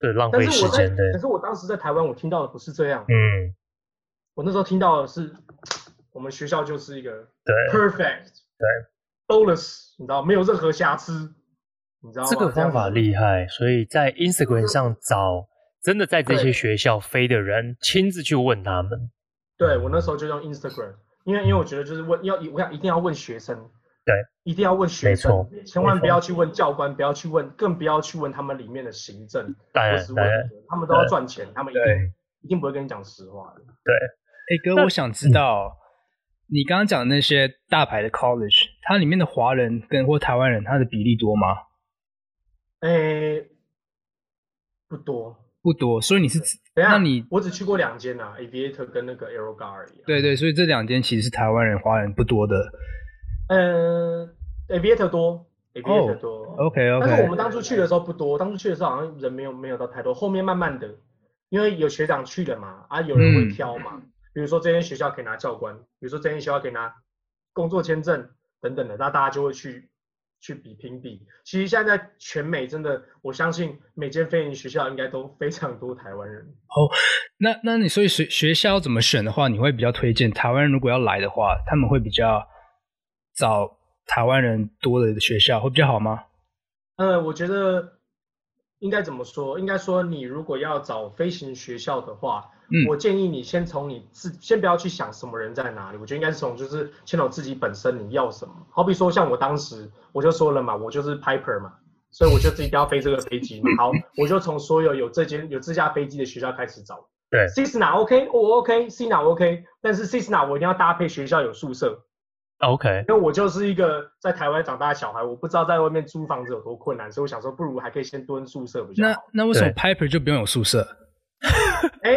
A: 对，浪
E: 但
A: 费
E: 是
A: 时
E: 我在
A: 间，对，
E: 可是我当时在台湾，我听到的不是这样，
A: 嗯，
E: 我那时候听到的是我们学校就是一个
A: 对，
E: perfect，
A: 对
E: ，bonus，你知道没有任何瑕疵，你知道吗
A: 这个方法
E: 样子
A: 厉害，所以在
C: 嗯
A: Instagram 上找真的在这些学校飞的人，亲自去问他们，
E: 对我那时候就用 Instagram，因为因为我觉得就是问要我想一定要问学生，
A: 对，
E: 一定要问学生
A: 没错，
E: 千万不要去问教官，不要去问，更不要去问他们里面的行政
A: 当
E: 或
A: 然
E: 是，
A: 当
E: 问
A: 然，
E: 他们都要赚钱，他们一定
D: 对
E: 一定不会跟你讲实话的。
D: 哎哥，我想知道你刚刚讲的那些大牌的 college，它里面的华人跟或台湾人，它的比例多吗？
E: 诶，不多。
D: 不多，所以你是
E: 等一下，
D: 那你
E: 我只去过两间啊，Aviator 跟那个 Aerogar 而已、啊。，
D: 对对，所以这两间其实是台湾人、华人不多的。
E: 嗯、a v i a t o r
A: 哦
E: 多，Aviator 多。
D: OK
E: 但是我
D: OK，
E: 们当初去的时候不多，当初去的时候好像人没有没有到太多，后面慢慢的，因为有学长去了嘛，啊，有人会挑嘛，比如说这间学校可以拿教官，比如说这间学校可以拿工作签证等等的，那大家就会去去比拼比。其实现在在全美真的，我相信每间飞行学校应该都非常多台湾人。
D: 那那你所以学学校怎么选的话，你会比较推荐台湾人如果要来的话，他们会比较找台湾人多的学校会比较好吗？
E: 呃，我觉得应该怎么说？应该说，你如果要找飞行学校的话，
D: 嗯
E: 我建议你先从你自，先不要去想什么人在哪里。我觉得应该是从就是先从自己本身你要什么。好比说，像我当时我就说了嘛，我就是 Piper 嘛，所以我就自己要飞这个飞机嘛。好，我就从所有有这间有这架飞机的学校开始找。
A: 对
E: c i s n a OK，我 OK，Cessna OK，但是 Cessna 我一定要搭配学校有宿舍。
A: 啊，OK，
E: 因为我就是一个在台湾长大的小孩，我不知道在外面租房子有多困难，所以我想说，不如还可以先蹲宿舍比较
D: 那
E: 好。
D: 那为什么
A: 对
D: Piper 就不用有宿 舍？
E: 哎，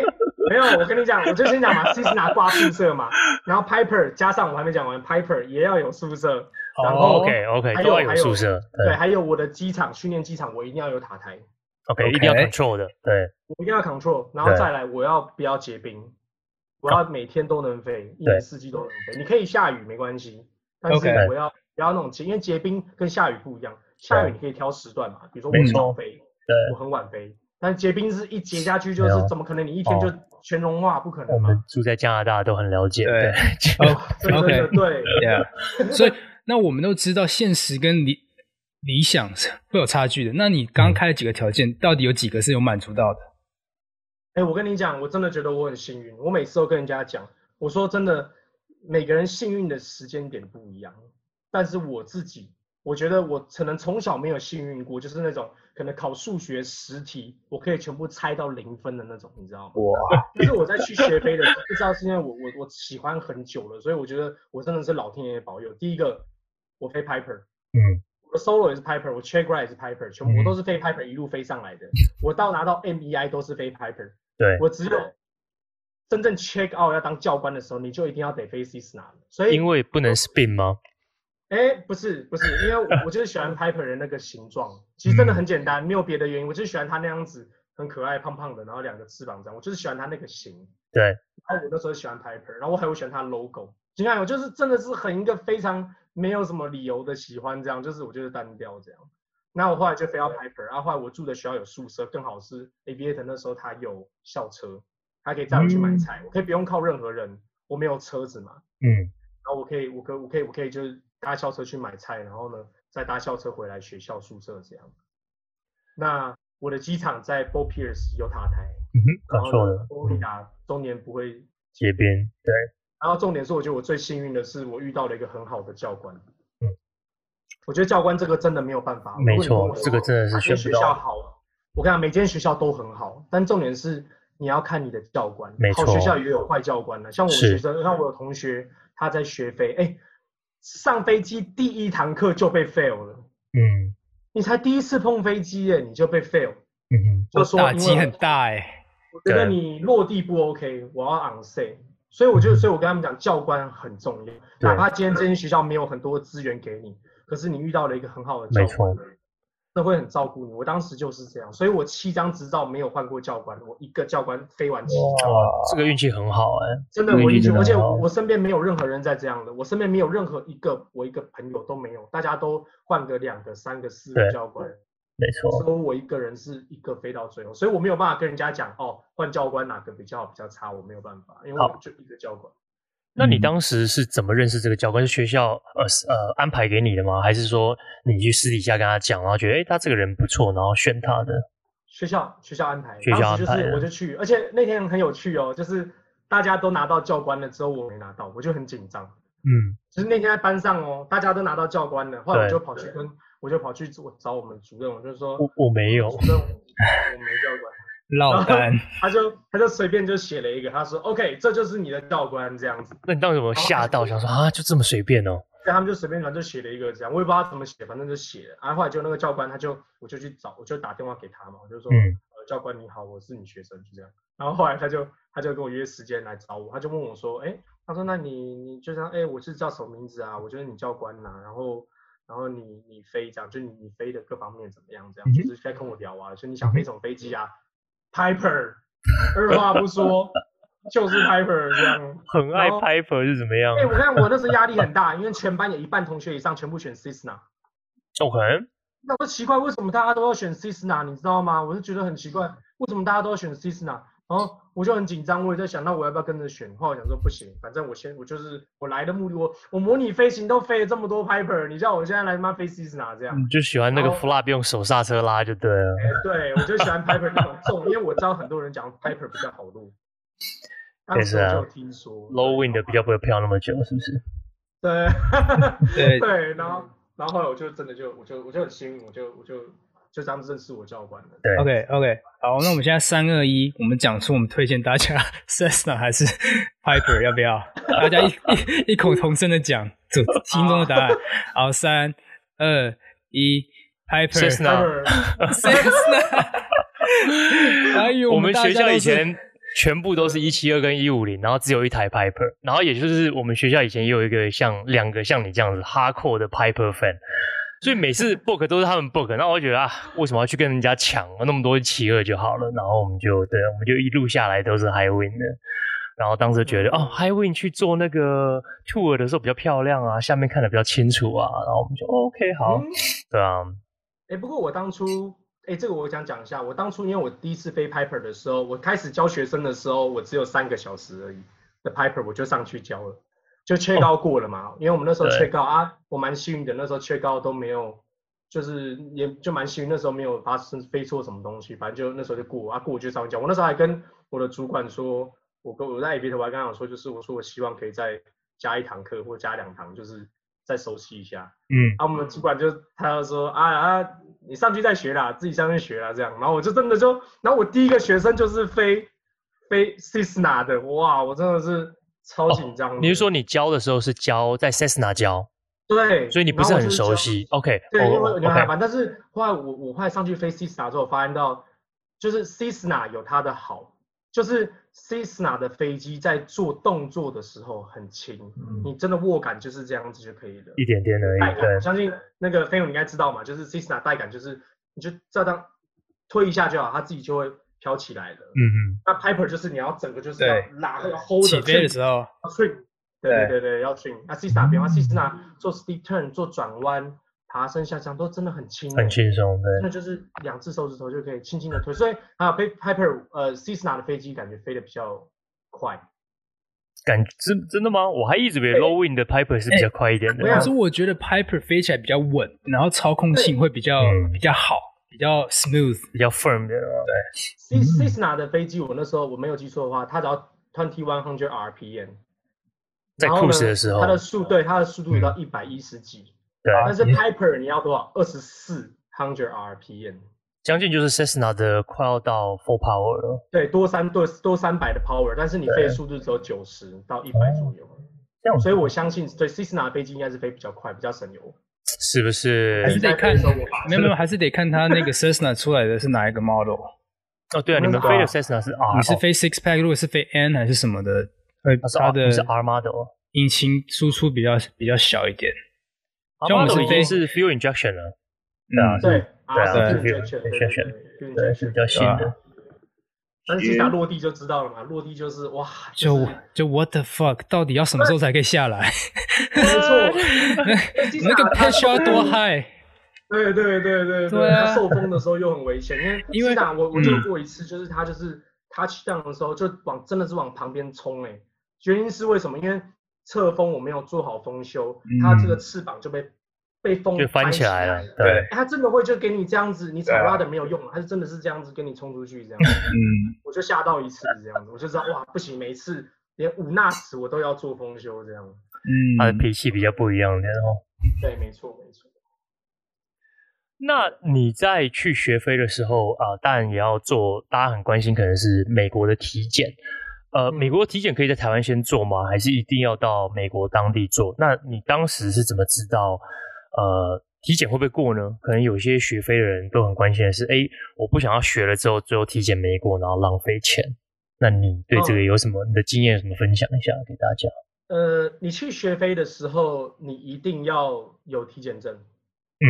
E: 没有，我跟你讲，我就先讲嘛 c i s n a 挂宿舍嘛，然后 Piper 加上我还没讲完，Piper 也要有宿舍，然
C: 哦
E: 后、
A: 哦 OK OK，
E: 还
A: 都
E: 有
A: 要有宿舍，
E: 对，
A: 对
E: 还有我的机场训练机场，我一定要有塔台，
A: ，OK，
D: OK
A: 一定要 control 的，对，
E: 我一定要 control，然后
A: 对
E: 再来我要不要结冰，我要每天都能飞，一年四季都能飞。你可以下雨没关系，但是
D: OK
E: 我要不要那种结，因为结冰跟下雨不一样，下雨你可以挑时段嘛，比如说我
A: 没
E: 很
A: 错
E: 早飞，我很晚飞，但结冰是一结下去就
A: 没
E: 是
A: 有哦
E: 怎么可能你一天就全融化，不可
A: 我
C: 嗯
E: 能
A: 们
E: 嘛。
A: 住在加拿大都很了解，
D: 对
A: 对，
D: OK
E: 真的真的对，
D: ？Oh, Yeah，所以 那我们都知道现实跟理理想是会有差距的。那你
E: 嗯
D: 刚开的几个条件，到底有几个是有满足到的？
E: 哎，我跟你讲，我真的觉得我很幸运，我每次都跟人家讲，我说真的，每个人幸运的时间点不一样，但是我自己，我觉得我可能从小没有幸运过，就是那种可能考数学十题，我可以全部猜到零分的那种，你知道吗？
D: 哇，
E: 但是我啊在去学飞的时候，不知道是因为我我我喜欢很久了，所以我觉得我真的是老天爷保佑。第一个，我飞 Piper，
A: 嗯，
E: 我的 solo 也是 Piper，我 check ride 也是 Piper，全部我都是飞 Piper 一路飞 上来的。我到拿到 MEI 都是飞 Piper，
A: 对
E: 我只有真正 check out 要当教官的时候，你就一定要得飞 C s n a 所以
A: 因为不能 spin 吗？
E: 哎，不是不是，因为我我就是喜欢 Piper 的那个形状，其实真的
A: 嗯
E: 很简单，没有别的原因，我就是喜欢他那样子，很可爱胖胖的，然后两个翅膀这样，我就是喜欢他那个型。
A: 对，
E: 然后我那时候喜欢 Piper，然后我还会喜欢他的 logo。你看，我就是真的是很一个非常没有什么理由的喜欢这样，就是我就是单调这样。那我后来就非要 Piper，然后后来我住的学校有宿舍，更好是 Aviator 那时候他有校车，他可以载我去买菜，我可以不用靠任何人，我没有车子嘛，
A: 嗯，
E: 然后我可以，我可以我可以，我可以就是搭校车去买菜，然后呢再搭校车回来学校宿舍这样。那我的机场在 Bo Pierce 有塔台，
D: 嗯
A: 蛮
E: 然后
A: 错
E: 呢
A: 的，
E: 欧利亚终年不会
A: 街边对，
E: 然后重点是，我觉得我最幸运的是，我遇到了一个很好的教官。
A: 嗯，
E: 我觉得教官这个真的没有办法。
A: 没错
E: 如果你跟我说
A: 这个真的是
E: 哪间
A: 选
E: 学
A: 不到
E: 校好。我跟你讲，每间学校都很好，但重点是你要看你的教官。
A: 没错
E: 好学校也有坏教官的，像我们
A: 是
E: 学生，像我有同学他在学飞，哎，上飞机第一堂课就被 fail 了。
A: 嗯
E: 你才第一次碰飞机耶，你就被 fail，
A: 嗯哼，
E: 就说
D: 打
E: 因为
D: 击很大哎、
E: 我觉得
A: 对
E: 你落地不 OK，我要 on say。所以我就，所以我跟他们讲，教官很重要。
A: 嗯对
E: 哪怕今天这间学校没有很多资源给你，可是你遇到了一个很好的教官
A: 没，
E: 那会很照顾你。我当时就是这样，所以我七张执照没有换过教官，我一个教官飞完七张，
A: 哇，这个运气很好哎、
E: 真的
A: 这个
E: 我
A: 运
E: 一
A: 气
E: 直，
A: 真的
E: 而且
A: 很好
E: 我身边没有任何人在这样的，我身边没有任何一个我一个朋友都没有，大家都换个两个、三个、四个
A: 对
E: 教官，
A: 没错，
E: 所以我一个人是一个飞到最后，所以我没有办法跟人家讲哦，换教官哪个比较好比较差，我没有办法，因为
A: 好
E: 我就一个教官。
A: 那你
D: 嗯
A: 当时是怎么认识这个教官？是学校呃呃安排给你的吗？还是说你去私底下跟他讲，然后觉得哎、诶他这个人不错，然后选他的？
E: 学校学校安排，
A: 学校
E: 当时就
A: 安排
E: 是
A: 的
E: 我就去，而且那天很有趣哦，就是大家都拿到教官了之后，我没拿到，我就很紧张。
A: 嗯，
E: 就是那天在班上哦，大家都拿到教官了，后来我
A: 对
E: 就跑去跟我就跑去我找我们主任，我就说
A: 我我没有
E: 主任我我没教官。
D: 落单，
E: 他就他就随便就写了一个，他说 OK，这就是你的教官这样子，
A: 那你当时有没有吓到，想说啊就这么随便哦？
E: 对，他们就随便反正就写了一个这样，我也不知道他怎么写，反正就写了。然后后来就那个教官，他就我就去找，我就打电话给他嘛，我就说，
A: 嗯
E: 呃，教官你好，我是你学生，就这样。然后后来他就他就跟我约时间来找我，他就问我说，哎，他说那你你就像哎，我是叫什么名字啊？我觉得你教官呐、然后然后你你飞这样，就你你飞的各方面怎么样？这样就是在跟我聊啊，就你想飞什么飞机啊？Piper，二 话不说就是 Piper 这样。
A: 很爱
E: 然后
A: Piper 是怎么样
E: 哎、我看我那时候压力很大，因为全班有一半同学以上全部选 Cisna。
A: ？OK，
E: 那我说奇怪，为什么大家都要选 Cisna？你知道吗？我就觉得很奇怪，为什么大家都要选 Cisna？然后我就很紧张，我也在想，那我要不要跟着选？后来我想说不行，反正我先，我就是我来的目的，我我模拟飞行都飞了这么多 Piper，你叫我现在来他妈飞 Cisna 这样？
A: 你就喜欢那个
E: 然后
A: flap 用手刹车拉就对了。
E: 哎，对，我就喜欢 Piper 那种重，因为我知道很多人讲 Piper 比较好录。当
A: 也是
E: 时我
A: 啊
E: 就有听说
A: low wind 比较不会飘那么久，是不是？
E: 对，
D: 对
E: 对，然后然后后来我就真的就我就我就很幸运，我就我就就这样认识我教官了。
A: 对
D: OK OK，好，那我们现在三二一，我们讲出我们推荐大家 Cessna 还是 Piper 要 不要？大家一一一口同声的讲，主心中的答案。好，三二一，Piper
A: Cessna
E: 那
D: Cessna。哎呦，
A: 我们
D: 大家
A: 学校
D: 都
A: 以
D: 是
A: 前全部都是一七二跟一五零，然后只有一台 Piper，然后也就是我们学校以前也有一个像两个像你这样子 hardcore 的 Piper fan，所以每 次 book 都是他们 book，那我就觉得啊，为什么要去跟人家抢啊那么多七二就好了？然后我们就对，我们就一路下来都是 high win 的。然后当时觉得哦，High Win 去做那个 tour 的时候比较漂亮啊，下面看得比较清楚啊，然后我们就、哦 OK 好，
E: 嗯
A: 对啊，
E: 哎，不过我当初哎，这个我想讲一下，我当初因为我第一次飞 Piper 的时候，我开始教学生的时候，我只有三个小时而已的 Piper，我就上去教了，就缺高过了嘛，因为我们那时候缺
A: 哦对
E: 高啊，我蛮幸运的，那时候缺高都没有。就是也就蛮幸运，那时候没有发生飞错什么东西，反正就那时候就过啊过就上去教。我那时候还跟我的主管说，我跟我在 A B 头，我还跟他讲说，就是我说我希望可以再加一堂课或加两堂，就是再熟悉一下。
A: 嗯，
E: 啊，我们主管就他就说啊啊，你上去再学啦，自己上去学啦这样。然后我就真的就，然后我第一个学生就是飞飞 Cisna 的，哇，我真的是超紧张的、
A: 哦你是说你教的时候是教在 Cessna 教，
E: 对？
A: 所以你不
E: 然后
A: 是
E: 我
A: 很
E: 就
A: 熟
E: 教
A: 悉。OK，
E: 对，因为
A: 哦
E: 我
A: ，OK，
E: 牛排版，但是后来我我后来上去飞 Cisna 之后，发现到就是 Cisna 有它的好，就是 Cisna 的飞机在做动作的时候很轻，你真的握感就是这样子就可以了。
A: 嗯一点点而
E: 带
A: 已，
E: 感，
A: 对
E: 我，相信那个飞友你应该知道嘛，就是 Cisna 带感就是你就这样推一下就好，它自己就会飘起来了。
A: 嗯嗯，
E: 那 Piper 就是你要整个就是要
D: 对
E: 拉那个 hold
D: 起
E: 着
D: 飞的时候，
E: 要 trim，对对对对，要 trim。那 Cisna 别忘，Cisna 做 steep turn 做转弯、爬升下降都真的很轻欸，
A: 很轻松，
E: 真的
A: 对，
E: 就是两只手指头就可以轻轻的推。所以还有 Piper 呃 Cisna 的飞机感觉飞得比较快，
A: 感真真的吗？我还一直以为 low win 的 Piper 是比较快一点的
E: 哎，
D: 可是我觉得 Piper 飞起来比较稳，然后操控性会比较
A: 嗯
D: 比较好，比较 smooth。
A: 比较 firm 的哦。
E: C Cessna 的飞机，我那时候我没有记错的话，它只要 twenty one hundred RPM，
A: 在
E: 然后呢
A: cruise 的时候嗯啊
E: 它，的速对它的速度有到一百一十几，
A: 对，
E: 但是
D: 也
E: Piper 你要多少？二十四 hundred RPM，
A: 将近就是 Cessna 的快要到 full power 了。
E: 对，多三多多三百的 power，但是你飞的速度只有九十到一百左右，
A: 哦这样子
E: 所以我相信对 Cessna 飞机应该是飞比较快，比较省油。
A: 是不
D: 还
A: 是
D: 是？得看
E: 你在飞的时候我把，
D: 没有没有，还是得看它那个 Cessna 出来的是哪一个 model。
A: 哦，对啊，你们
E: 对啊
A: 飞的 Cessna 是 R，
D: 你是
A: 哦
D: 飞 six pack，如果是飞 N 还是什么的，呃
E: 哦
A: 它，是
D: 它
A: R，
D: 的
A: 是 R model。
D: 引擎输出比较比较小一点。
A: R
D: 像我们
A: model
D: 是
A: 已经
D: 飞
A: 是 fuel injection 了，
D: 嗯，
E: 对啊，
A: 对啊
E: 是
A: 对
E: 确确
A: 确确
E: 对
A: 对，是比较新
D: 对啊
A: 的。
E: 但是下落地就知道了嘛，落地就是哇，
D: 就是就 what the fuck，到底要什么时候才可以下 来？
E: 没错，
D: 那个 pitch 要多
E: 哎
D: high？
E: 对对对对
D: 对啊
E: 它受风的时候又很危险，因为
D: 因为
E: 西塔我我救过一次，就是它就是它去荡的时候就往真的是往旁边冲哎、原因是为什么？因为侧风我没有做好风修，它这个翅膀就被被风
A: 就翻
E: 起
A: 起来
E: 了
A: 了，。对，
E: 哎它真的会就给你这样子，你草拉的没有用，它啊是真的是这样子跟你冲出去这样子。
D: 嗯，
E: 我就吓到一次这样子，我就知道哇，不行，每次连五纳尺我都要做丰修这样。哎
A: 他的
D: 嗯，
A: 脾气比较不一样的哦。
E: 对，没错，没错。
A: 那你在去学飞的时候啊、呃当然也要做，大家很关心可能是美国的体检。呃，
E: 嗯
A: 美国体检可以在台湾先做吗？还是一定要到美国当地做？那你当时是怎么知道呃体检会不会过呢？可能有些学飞的人都很关心的是，哎，我不想要学了之后最后体检没过，然后浪费钱。那你对这个有什么、你的经验有什么分享一下给大家？
E: 呃，你去学飞的时候，你一定要有体检证。
A: 嗯，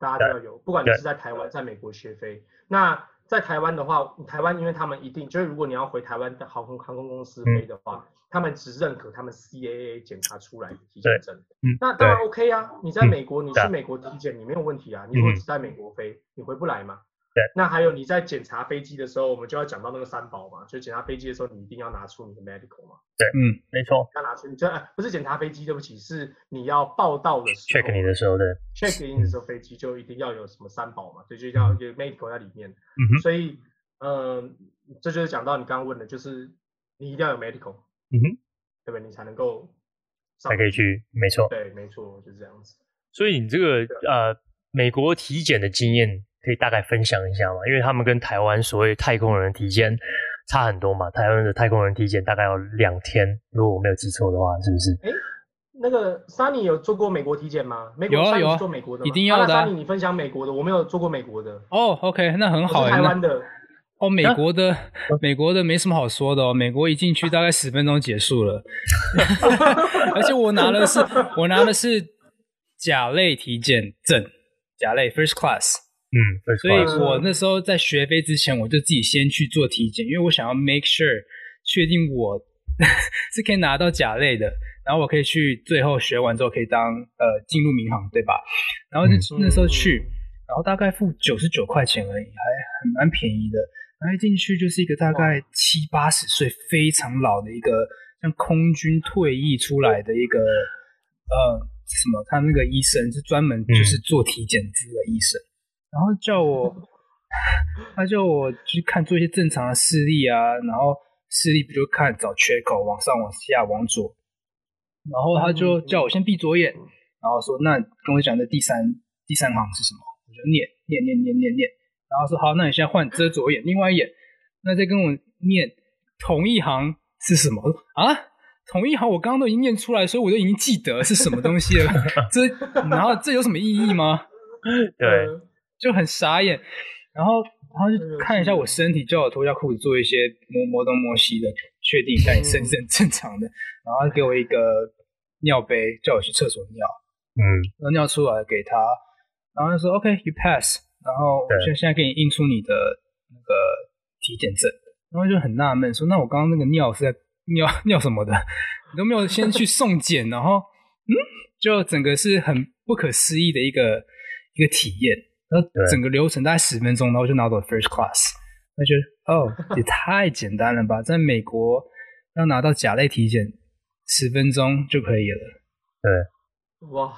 E: 大家都要有，不管你
A: 对
E: 是在台湾、在美国学飞。那在台湾的话，台湾因为他们一定就是，如果你要回台湾的航空航空公司
A: 嗯
E: 飞的话，他们只认可他们 CAA 检查出来的体检证。
A: 嗯
E: 那当然 OK 啊，你在
A: 嗯
E: 美国，你
A: 对
E: 去美国体检，你没有问题啊。你如果
A: 嗯
E: 只在美国飞，你回不来嘛？
A: 对。
E: 那还有你在检查飞机的时候，我们就要讲到那个三宝嘛，就检查飞机的时候，你一定要拿出你的 medical 嘛。
A: 没错
E: 要拿出，你就呃不是检查飞机，对不起，是你要报到的时候
A: ，check 你的时嗯候对，
E: check in 的时候，飞机就一定要有什么三宝嘛，对，就一定要有 medical 在里面。
A: 嗯哼
E: 所以，嗯、这就是讲到你刚刚问的，就是你一定要有 medical，
A: 嗯哼，
E: 对不对？你才能够上
A: 才可以去，没错。
E: 对，没错，就是这样子。
A: 所以你这个呃美国体检的经验可以大概分享一下吗？因为他们跟台湾所谓太空人体检差很多嘛，台湾的太空人体检大概要两天，如果我没有记错的话，是不是？
E: 哎，那个 Sunny 有做过美国体检吗？美国
D: 有啊
E: Sunny
D: 有啊
E: 是做美国的吗，
D: 一定要的啊
E: 啊。那 Sunny 你分享美国的，我没有做过美国的，
D: 哦，OK，那很好
E: 我是
D: 哎，
E: 台湾啊嗯
D: 那
E: 的。
D: 哦，美国的美国的没什么好说的哦，美国一进去大概十分钟结束了， 而且我拿的是我拿的是甲类体检证，甲类 first class。
A: 嗯，first
D: 所以
A: class
D: 我那时候在学飞之前，我就自己先去做体检，因为我想要 make sure 确定我 是可以拿到甲类的，然后我可以去最后学完之后可以当呃进入民航，对吧？然后就
A: 嗯
D: 那时候去，然后大概付九十九块钱而已，还很蛮便宜的。然后一进去就是一个大概七八十岁非常老的一个，像空军退役出来的一个呃什么，他们那个医生是专门就是做体检科的医生。然后叫我，他叫我去看做一些正常的视力啊，然后视力不就看找缺口，往上、往下、往左，然后他就叫我先闭左眼，然后说那跟我讲的第三第三行是什么，我就念念念念念念，然后说好，那你现在换遮左眼，另外一眼，那再跟我念同一行是什么我说啊？同一行我刚刚都已经念出来，所以我就已经记得是什么东西了。这然后这有什么意义吗？
A: 对，
E: 呃
D: 就很傻眼。然后，然后就看一下我身体，叫我脱下裤子做一些摸摸东摸西的，确定一下你身体是很正常的。然后给我一个尿杯，叫我去厕所尿，
A: 嗯，
D: 然后呃尿出来给他，然后他说 OK，you、pass，然后我
A: 对
D: 现现在给你印出你的那个体检证。然后就很纳闷说，那我刚刚那个尿是在尿 尿什么的？你都没有先去送检，然后嗯，就整个是很不可思议的一个一个体验。然后
A: 对
D: 整个流程大概十分钟，然后就拿到 first class，那觉得哦，也太简单了吧？在美国要拿到甲类体检，十分钟就可以了。
E: 哇，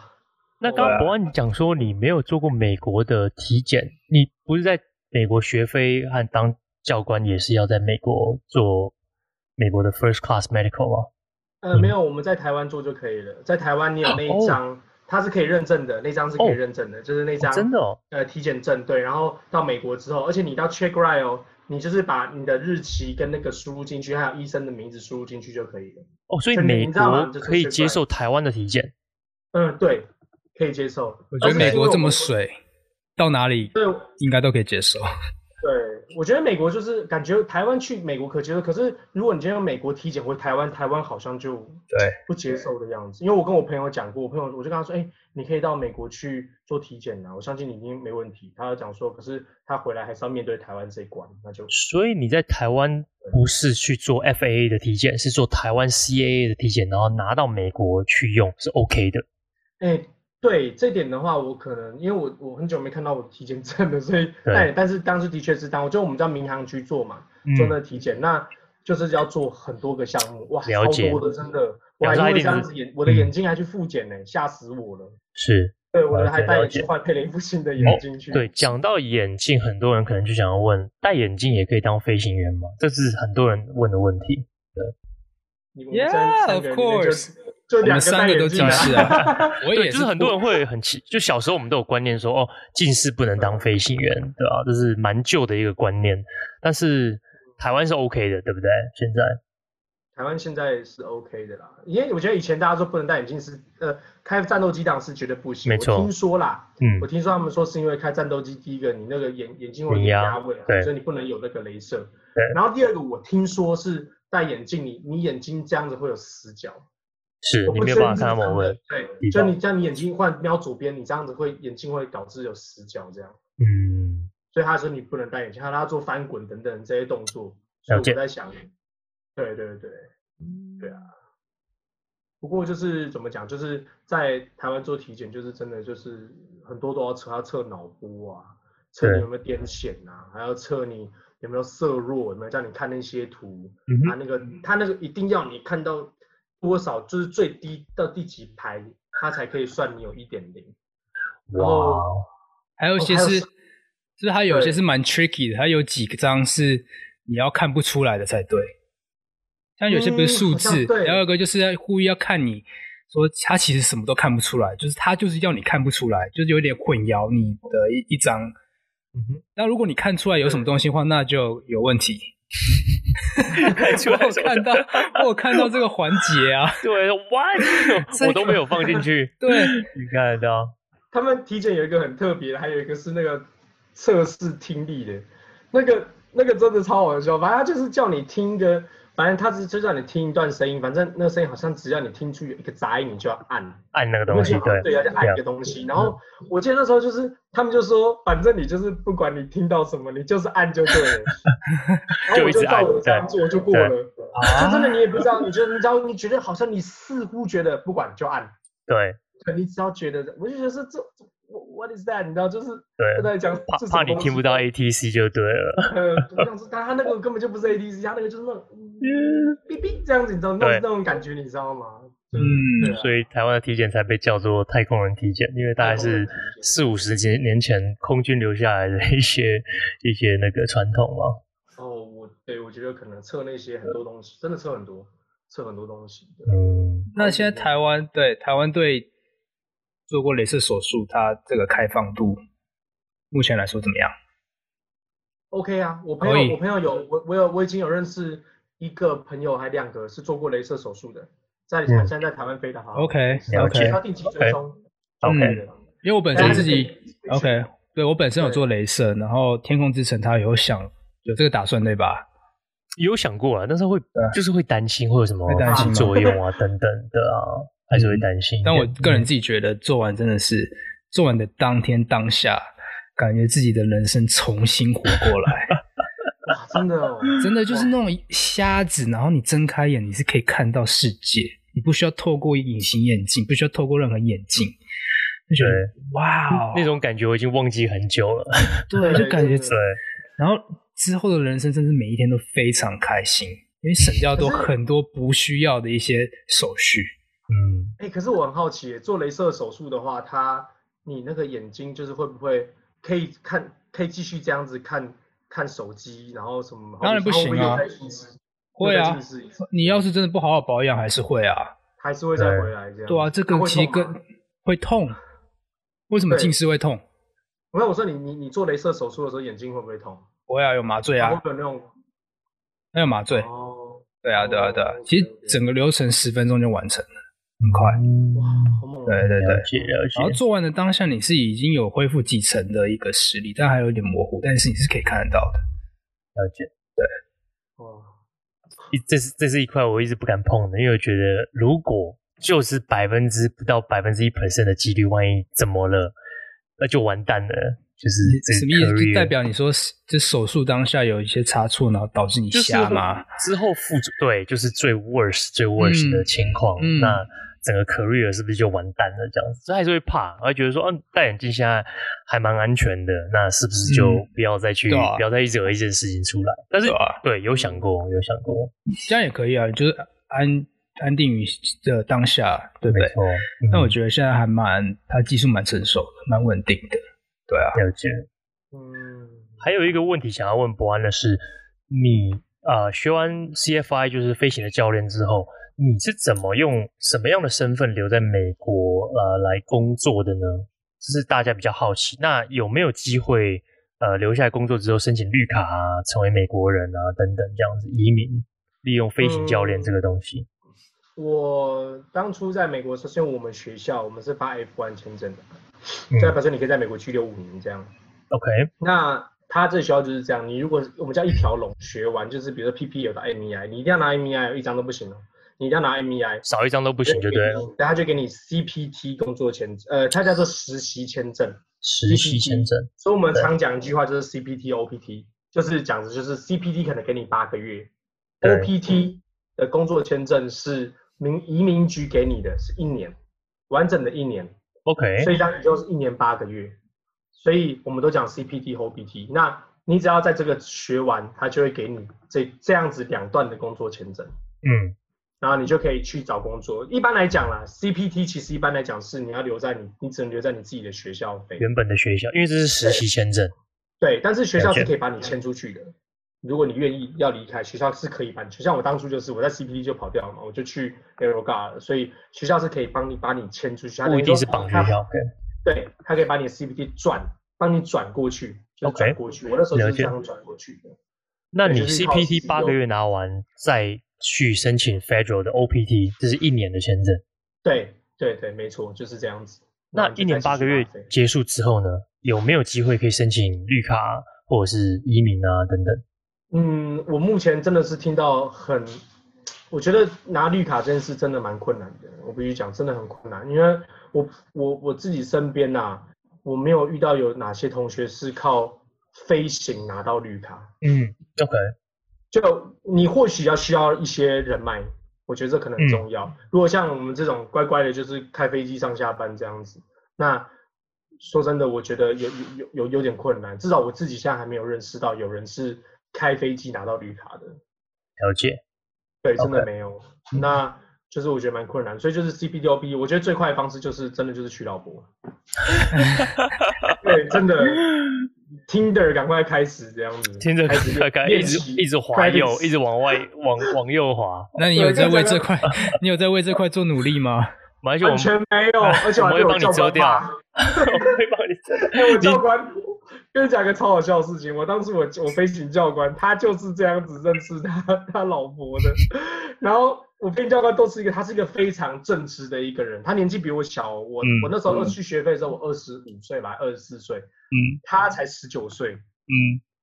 A: 那刚
E: 对
A: 刚
E: 啊
A: 博安你讲说你没有做过美国的体检，你不是在美国学飞和当教官也是要在美国做美国的 first class medical 吗？
E: 呃，
A: 嗯
E: 没有，我们在台湾做就可以了。在台湾你有那一张，它是可以认证的，那张是可以
A: 哦
E: 认证的，就是那张、
A: 哦真的哦，
E: 呃体检证对。然后到美国之后，而且你到 check right 哦，你就是把你的日期跟那个输入进去，还有医生的名字输入进去就可以了。
A: 哦，所以
E: 就你
A: 美
E: 你知道吗
A: 国
E: 就是
A: 可以
E: 现
A: 接
E: 在
A: 受台湾的体检，
E: 嗯，对，可以接受。
D: 我觉
E: 而
D: 得
E: 且是
D: 美
E: 因为
D: 国
E: 我
D: 这么
E: 们
D: 水，到哪里
E: 对
D: 应该都可以接受。
E: 对，我觉得美国就是感觉台湾去美国可接受，可是如果你今天用美国体检回台湾，台湾好像就
D: 对，
E: 不接受的样子。因为我跟我朋友讲过，我朋友我就跟他说，哎、你可以到美国去做体检啊，我相信你一定没问题。他就讲说，可是他回来还是要面对台湾这一关，那就
A: 所以你在台湾不是去做 FAA 的体检，是做台湾 CAA 的体检，然后拿到美国去用是 OK 的。
E: 哎、对这点的话，我可能因为我我很久没看到我体检证了，所以
A: 对
E: 但但是当时的确是当，就我们在民航局做嘛，做那
A: 嗯，
E: 个体检，那就是要做很多个项目，哇，
A: 了
E: 超
A: 解
E: 多的，真的，
A: 表
E: 我还
A: 示
E: 因
A: 他一
E: 为
A: 定
E: 这样
A: 是
E: 子眼，我的眼
A: 嗯
E: 睛还去复检呢，吓死我了。
A: 是
E: 对，我
A: 了
E: 还
A: 解
E: 戴
A: 了
E: 眼镜
A: 解
E: 换配了一副新的
A: 哦
E: 眼镜去。
A: 对。讲到眼镜，很多人可能就想要问，戴眼镜也可以当飞行员吗？这是很多人问的问题。
E: 你我们
D: Yeah,
E: 三三
D: of
E: 个人里面就
D: course.
E: 就
D: 我
E: 两
D: 们
E: 个
D: 三
E: 戴
D: 个
E: 眼
D: 都
E: 镜
D: 近视
E: 啊。
D: 啊，我
A: 对，
D: 也
A: 就是很多人会很奇，就小时候我们都有观念说，哦，近视不能当飞行员，对吧、这是蛮旧的一个观念，但是台湾是 OK 的，对不对？现在
E: 台湾现在是 OK 的啦，因为我觉得以前大家说不能戴眼镜是，呃，开战斗机档是绝对不行。
A: 没错
E: 我听说啦，
A: 嗯
E: 我，听说他们说是因为开战斗机，第一个你那个眼眼睛会有
A: 眼
E: 点
A: 压
E: 压位啊，
A: 对
E: 所以你不能有那个镭射。
A: 对
E: 然后第二个我听说是戴眼镜，你你眼睛这样子会有死角，
A: 是
E: 我
A: 你
E: 不
A: 没有
E: 确
A: 办
E: 定
A: 法看
E: 是
A: 到某
E: 真
A: 位
E: 的，对，
A: 地
E: 就
A: 方
E: 你像你眼睛换瞄左边，你这样子会眼睛会导致有死角这样。
A: 嗯。
E: 所以他说你不能戴眼镜，他让他做翻滚等等这些动作。所以
A: 了解
E: 我在想，对对对，对啊。不过就是怎么讲，就是在台湾做体检，就是真的就是很多都要测，要测脑波啊，测你
A: 对
E: 有没有癫痫啊，还要测你有没有色弱，有没有叫你看那些图，啊
A: 嗯
E: 他那个他那个一定要你看到多少，就是最低到第几排，他才可以算你有一点零。
A: 哼，哇，
D: 还有一些
E: 哦还有
D: 是，
E: 是
D: 就是它有一些
E: 对
D: 是蛮 tricky 的，它有几张是你要看不出来的才对。像有些不是数
E: 嗯好
D: 字
E: 像，对
D: 还有一个就是要故意要看你说他其实什么都看不出来，就是他就是要你看不出来，就是有点混淆你的一一张。
A: 嗯哼，
D: 那如果你看出来有什么东西的话，那就有问 题。
A: 出
D: 我
A: 来
D: 有
A: 什么
D: 看到，我有看到这个环节啊，
A: 对
D: 这
A: ，what？
D: 个，
A: 我都没有放进去
D: 对，嗯
A: 你看得到？
E: 他们体检有一个很特别的，还有一个是那个测试听力的，那个那个真的超好笑。反正他就是叫你听一个，反正他是就让你听一段声音，反正那个声音好像只要你听出有一个杂音，你就要按。
A: 按那个东西，对，
E: 对，要去按一
A: 这样
E: 个东西。然后我记得那时候就是他们就说，反正你就是不管你听到什么，你就是按就 对了。然后我
A: 就一直
E: 照
A: 按啊
E: 我这样做就过了。就 真的你也不知道，你就你知道，你觉得好像你似乎觉得不管就按，
A: 对
E: 对你只要觉得，我就觉得是这这，what what is that？你知道就是
A: 对
E: 他在讲
A: 呃怕
E: 这什么
A: 怕你
E: 东
A: 听不
E: 西
A: 到 ATC 就对了，
E: 呃，不像是他他那个根本就不是 ADC，他那个就是那种嗯哔哔这样子，你知道那
A: 嗯对
E: 种那种感觉，你知道吗？就是
D: 嗯
E: 对啊
A: 所以台湾的体检才被叫做太空人体检，因为大概
E: 太空人
A: 是
E: 体检
A: 四五十年年前空军留下来的一些一些那个传统嘛。
E: 哦，我对我觉得可能测那些很多东西，真的测很多，测很多东西。对
A: 嗯，
D: 那现在台湾对台湾对做过镭射手术，它这个开放度目前来说怎么样？
E: OK 啊，我朋
D: 可以
E: 友我朋友有我我有我已经有认识一个朋友，还两个是做过镭射手术的，在台
A: 嗯
E: 现在台湾飞的哈。
D: OK，
A: 了解
E: 他定期追踪。
A: OK
E: 对的
D: 因为我本
E: 大
D: 身
E: 家
D: 自
E: 是可以
D: 己 OK，对我本身有做镭射，然后天空之城它有想有这个打算对吧？
A: 有想过啊，但是会
D: 对
A: 就是会担心会有什么
D: 会担
E: 心
A: 副
E: 吗嗯
A: 作用啊等等的啊，还是会担心一点。
D: 但我个人自己觉得做完真的是做完的当天当下，感觉自己的人生重新活过来，
E: 哇，真的哦，
D: 真的就是那种瞎子，然后你睁开眼你是可以看到世界，你不需要透过隐形眼镜，不需要透过任何眼镜，就觉得哇
A: 嗯
D: 哦
A: 那种感觉我已经忘记很久了。
D: 对，就感觉
E: 对
A: 对，
D: 然后之后的人生真是每一天都非常开心，因为省掉都
E: 可是
D: 很多不需要的一些手续。
A: 嗯，
E: 哎、可是我很好奇耶，做镭射手术的话，它你那个眼睛就是会不会可以看可以继续这样子看看手机，然后什么？
D: 当然不行啊
E: 然后又再近视
D: 会
E: 又
D: 啊
E: 再近视一次，
D: 你要是真的不好好保养，还是会啊。
E: 还是会再回来这样。
D: 对啊，这
E: 它
D: 个
E: 会
D: 其实
E: 痛吗
D: 跟会痛。为什么
E: 对
D: 近视会痛？
E: 没有，我说你你你做镭射手术的时候眼睛会不会痛？
D: 不会啊，有麻醉
E: 它会
D: 啊
E: 不，会有那种
D: 那有麻醉。
E: 哦，
D: 对啊，对啊，对啊
E: 哦。
D: 其实
E: OK，OK
D: 整个流程十分钟就完成了，很快。
E: 哇，好猛、啊！
D: 对对 对
A: 了。解了
D: 然后
A: 解。
D: 做完的当下，你是已经有恢复继承的一个实力，但还有点模糊，但是你是可以看得到的。
A: 了解，
E: 哇，
A: 一这是这是一块我一直不敢碰的，因为我觉得如果就是百分之不到百分之一 percent 的几率，万一怎么了，那就完蛋了。就是这个
D: 什么意思？就
A: career
D: 代表你说是就手术当下有一些差错，然后导致你
A: 就是
D: 瞎吗？
A: 之后副作对，就是最 worst 最 worst
D: 嗯
A: 的情况，
D: 嗯
A: 那整个 career 是不是就完蛋了？这样子，所以还是会怕，而觉得说，嗯、戴眼镜现在还蛮安全的，那是不是就
D: 嗯
A: 不要再去、
D: 对啊
A: 不要再去惹一件事情出来？但是
D: 对啊
A: 对，有想过，有想过，
D: 这样也可以啊，就是安安定于这当下，对不
A: 没
D: 对？
A: 错。
D: 那
A: 嗯
D: 我觉得现在还蛮，它技术蛮成熟的，蛮稳定的。对啊，
A: 了解。
E: 嗯，
A: 还有一个问题想要问博安的是，你呃学完 CFI 就是飞行的教练之后，你是怎么用什么样的身份留在美国呃来工作的呢？这是大家比较好奇。那有没有机会呃留下来工作之后申请绿卡啊，成为美国人啊等等这样子移民，利用飞行教练这个东西？
E: 我当初在美国的时候，是因为我们学校我们是发 F1 签证的，
A: 嗯
E: 这、表示你可以在美国居留五年这样。
A: OK，
E: 那他这学校就是这样，你如果我们叫一条龙学完，就是比如说 PP 有到 MEI，你一定要拿 MEI，一张都不行哦，你一定要拿 MEI。
A: 少一张都不行，就对了。
E: 然后他就给你 CPT 工作签证，呃，它叫做实习签证。
A: 实习签证，
E: 所以我们常讲一句话，就是 CPT、OPT，就是讲的就是 CPT 可能给你八个月
A: 对
E: ，OPT 的工作签证是民移民局给你的，是一年，完整的一年，
A: OK，
E: 所以这样就是一年八个月。所以我们都讲 CPT、OPT，那你只要在这个学完，他就会给你这这样子两段的工作签证。
A: 嗯，
E: 然后你就可以去找工作。一般来讲啦，CPT 其实一般来讲是你要留在你，你只能留在你自己的学校飞。
A: 原本的学校，因为这是实习签证，
E: 对，但是学校
A: 了解
E: 是可以把你迁出去的。如果你愿意要离开学校，是可以把你。就像我当初就是我在 CPT 就跑掉了嘛，我就去 a e r o g a 所以学校是可以帮你把你迁出去，它
A: 不一定是
E: 等
A: 绑
E: 于
A: 学
E: 说
A: 校。对，
E: 对，它可以把你的 CPT 转，帮你转过去，就是
A: OK，
E: 转过去。我那时候就
A: 了
E: 是
A: 解
E: 这样转过去的。
A: 那
E: 对
A: 你
E: 就是靠自己
A: CPT
E: 用
A: 八个月拿完，再去申请 Federal 的 OPT，这是一年的签证。
E: 对对对，没错，就是这样子。
A: 那
E: 然后你
A: 一
E: 就
A: 年
E: 再
A: 八
E: 继
A: 个
E: 续
A: 月
E: 浪费
A: 结束之后呢，有没有机会可以申请绿卡啊或者是移民啊等等？
E: 嗯，我目前真的是听到很，我觉得拿绿卡这件事真的蛮困难的，我必须讲，真的很困难，因为我我我自己身边呐、我没有遇到有哪些同学是靠飞行拿到绿卡，
A: 嗯，OK，
E: 就你或许要需要一些人脉，我觉得这可能很重要。如果像我们这种乖乖的，就是开飞机上下班这样子，那说真的，我觉得有有有有有点困难。至少我自己现在还没有认识到有人是开飞机拿到绿卡的，
A: 了解。
E: 对，真的
A: OK
E: 没有。那就是我觉得蛮困难，所以就是 CPDOB，我觉得最快的方式就是真的就是娶老婆。对，真的，Tinder 赶快开始这样子，
A: 听着
E: 开始
A: 大概一
E: 练
A: 直
E: 习
A: 一直滑
E: practice
A: 右，一直往外往往右滑。
D: 那你有在为
E: 对
D: 这块， 你有在为这块做努力 吗？
A: 马来西亚我
E: 完
A: 们
E: 全没 有，而且
A: 我
E: 我
A: 们
E: 还
A: 会
E: 被
A: 帮你
E: 我教
A: 遮
E: 官
A: 掉，
E: 骂。
A: 我会帮你遮
E: 因为我
A: 掉。
E: 教
A: 你
E: 官，跟你讲个超好笑的事情，我当时我我飞行教官，他就是这样子认识他 他老婆的，然后我飞行教官都是一个，他是一个非常正直的一个人，他年纪比我小，我、
A: 嗯
E: 我那时候去学费的时候，我二十五岁吧，二十四岁，
A: 嗯
E: 他才十九岁，
A: 嗯，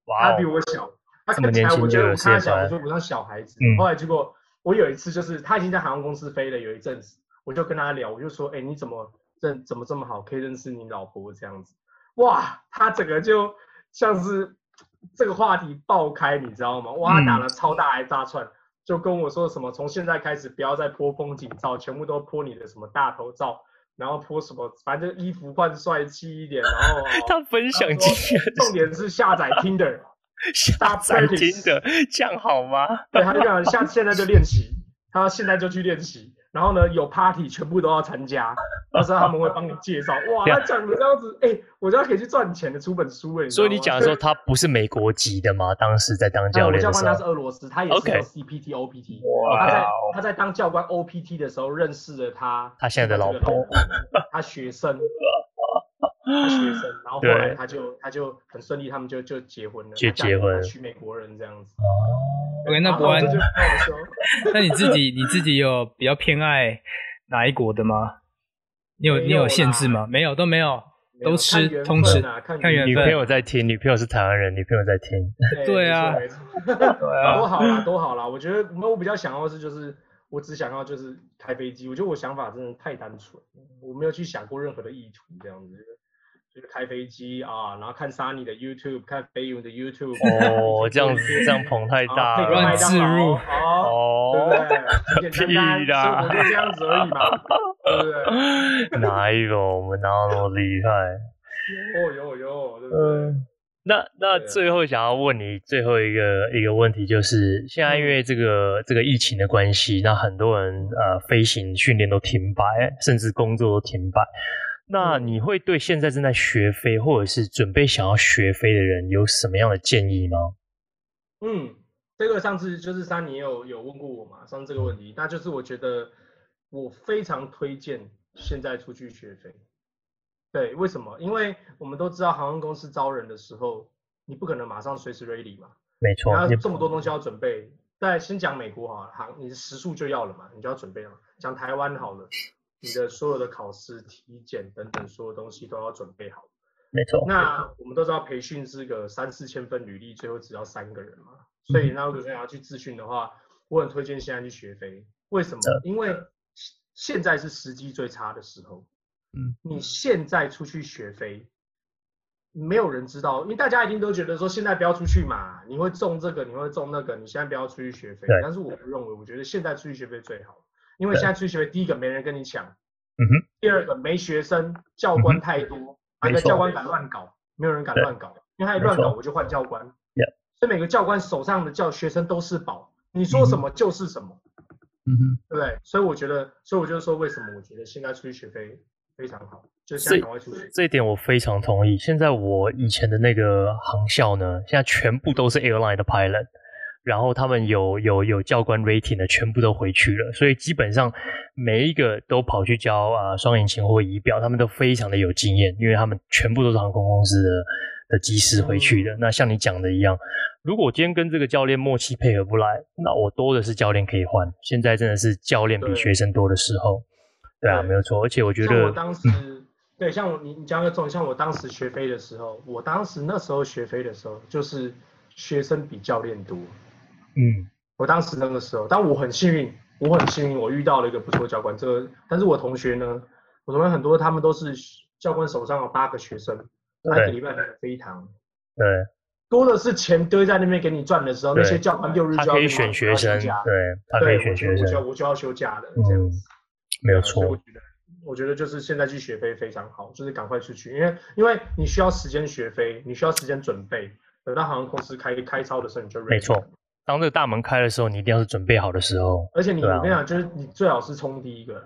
A: 哇
E: 他
A: 哦
E: 比，我小，他
A: 这么
E: 看起来
A: 年轻
E: 我觉
A: 就
E: 得
A: 有
E: 我看
A: CFI
E: 他小，我说我像小孩子。
A: 嗯
E: 后来结果我有一次就是他已经在航空公司飞了有一阵子，我就跟他聊，我就说，哎、你怎么认怎么这么好，可以认识你老婆这样子？哇，他整个就像是这个话题爆开，你知道吗？哇，
A: 嗯
E: 他打了超大一大串。就跟我说什么，从现在开始不要再泼风景照，全部都泼你的什么大头照，然后泼什么，反正衣服换帅气一点，然 后哦
A: 他分享
E: 他说
A: 经验，
E: 重点是下载 Tinder，
A: 下
E: 搭
A: 载听
E: practice
A: 的，这样好吗？
E: 对，他就讲下现在就练习，他现在就去练习，然后呢有 party 全部都要参加，到时候他们会帮你介绍。 哇，他讲的这样子，哎、我这样可以去赚钱的，出本书哎、你知道
A: 所以你
E: 吗嗯
A: 讲的时候，他不是美国籍的吗？当时在当教
E: 我
A: 练
E: 教
A: 的
E: 官
A: 时
E: 他是
A: 候，
E: 俄罗斯，他也是
A: OK
E: 有 CPT OPT。
D: 哇
E: 他在他在当教官 OPT 的时候认识了他
A: 他现在的老婆
E: 这个，他学生，他学生，然后后来
A: 对
E: 他就他就很顺利，他们就就结婚了，
A: 就结婚
E: 他娶美国人这样子。
A: 啊
D: OK，那哎
E: 然后
D: 伯安
E: 这，就跟啊我说，
D: 那你自己你自己有比较偏爱哪一国的吗？你有
E: 没有
D: 你有限制
E: 啦
D: 吗？没有，都没有，
E: 没有
D: 都
E: 看
D: 吃
E: 缘
D: 通吃
E: 分。啊，看
D: 看缘
E: 缘
D: 分
A: 女朋友在听，女朋友是台湾人，女朋友在听。
E: 分
D: 对啊
E: 没错 没错
D: 对 啊
E: 多好啦，多好啦！我觉得我比较想要的是，就是我只想要就是开飞机。我觉得我想法真的太单纯，我没有去想过任何的意图，这样子就是开飞机啊，然后看 Sunny 的 YouTube，看飞云的 YouTube， 啊
A: 哦，这样子这样捧太
E: 然
A: 大
E: 后配个
D: 乱
E: 麦
A: 了。
E: 当劳
D: 乱
E: 哦，对不
A: 哦，
E: 对？很简单
A: 屁啦
E: 单，生活就这样子而已嘛，对不对？
A: 哦哪有我们哪有那么厉害？
E: 哦哟哟，对不对？
A: 嗯，那那
E: 对啊
A: 最后想要问你最后一个一个问题，就是现在因为这
E: 嗯
A: 个、这个疫情的关系，那很多人呃飞行训练都停摆，甚至工作都停摆。那
E: 嗯
A: 你会对现在正在学飞或者是准备想要学飞的人有什么样的建议吗？
E: 嗯，这个上次就是三你也有有问过我嘛，上次这个问题，那就是我觉得我非常推荐现在出去学飞。对，为什么？因为我们都知道航空公司招人的时候，你不可能马上随时 ready 嘛，
A: 没
E: 然
A: 错，
E: 后
A: 啊你
E: 这么多东西要准备。但先讲美国哈，航你的时速就要了嘛，你就要准备了。讲台湾好了，你的所有的考试、体检等等所有东西都要准备好。
A: 没错，
E: 那我们都知道培训是个三四千分履历，最后只要三个人嘛。所
A: 嗯
E: 以那如果想要去自训的话，我很推荐现在去学飞。为什么？因为现在是时机最差的时候。
A: 嗯，
E: 你现在出去学飞，没有人知道，因为大家一定都觉得说现在不要出去嘛，你会中这个，你会中那个，你现在不要出去学飞
A: 对。
E: 但是我不认为，我觉得现在出去学飞最好，因为
A: 对
E: 现在出去学飞，第一个没人跟你抢，
A: 嗯哼，
E: 第二个没学生，教
A: 嗯
E: 官太多，哪
A: 没
E: 个
A: 错
E: 教官敢乱搞？没有人敢
A: 对
E: 乱搞，因为他一
A: 没
E: 乱搞
A: 错
E: 我就换教官。
A: Yeah
E: 所以每个教官手上的教学生都是宝，你说什么就是什么，
A: 嗯哼，
E: 对不对？所以我觉得，所以我就说，为什么我觉得现在出去学费非常好，就现
A: 所以
E: 在赶快出去。
A: 这一点我非常同意。现在我以前的那个航校呢，现在全部都是 airline 的 pilot，然后他们有有有教官 rating 的，全部都回去了，所以基本上每一个都跑去教啊、呃双引擎或仪表，他们都非常的有经验，因为他们全部都是航空公司的的机师回去
E: 嗯
A: 的。那像你讲的一样，如果我今天跟这个教练默契配合不来，那我多的是教练可以换。现在真的是教练比
E: 对
A: 学生多的时候，对啊，
E: 对
A: 没有错。而且我觉
E: 像
A: 得嗯
E: 我，当时，对，像我你你讲个重点，像我当时学飞的时候，我当时那时候学飞的时候，就是学生比教练多。
A: 嗯，
E: 我当时那个时候，但我很幸运，我很幸运，我遇到了一个不错的教官。这个，但是我同学呢，我同学很多，他们都是教官手上有八个学生，他一个礼拜飞一堂，
A: 对。
E: 多的是钱堆在那边给你赚的时候，
A: 对
E: 那些教官六日
A: 他
E: 就要
A: 可以
E: 跟
A: 选
E: 你说
A: 学
E: 要
A: 生，
E: 休假
A: 对，他可
E: 对，
A: 以选学
E: 我就我就
A: 生，
E: 我就要休假了，这样
A: 嗯
E: 子。，
A: 没有
E: 所以呃我
A: 错，
E: 觉得，我觉得就是现在去学飞非常好，就是赶快出去，因为因为你需要时间学飞，你需要时间准备，等到航空公司开开操的时候你就 ready
A: 没错
E: 了。
A: 当这个大门开的时候，你一定要是准备好的时候，
E: 而且你、
A: 对啊
E: 我跟你讲，就是你最好是冲第一个啦，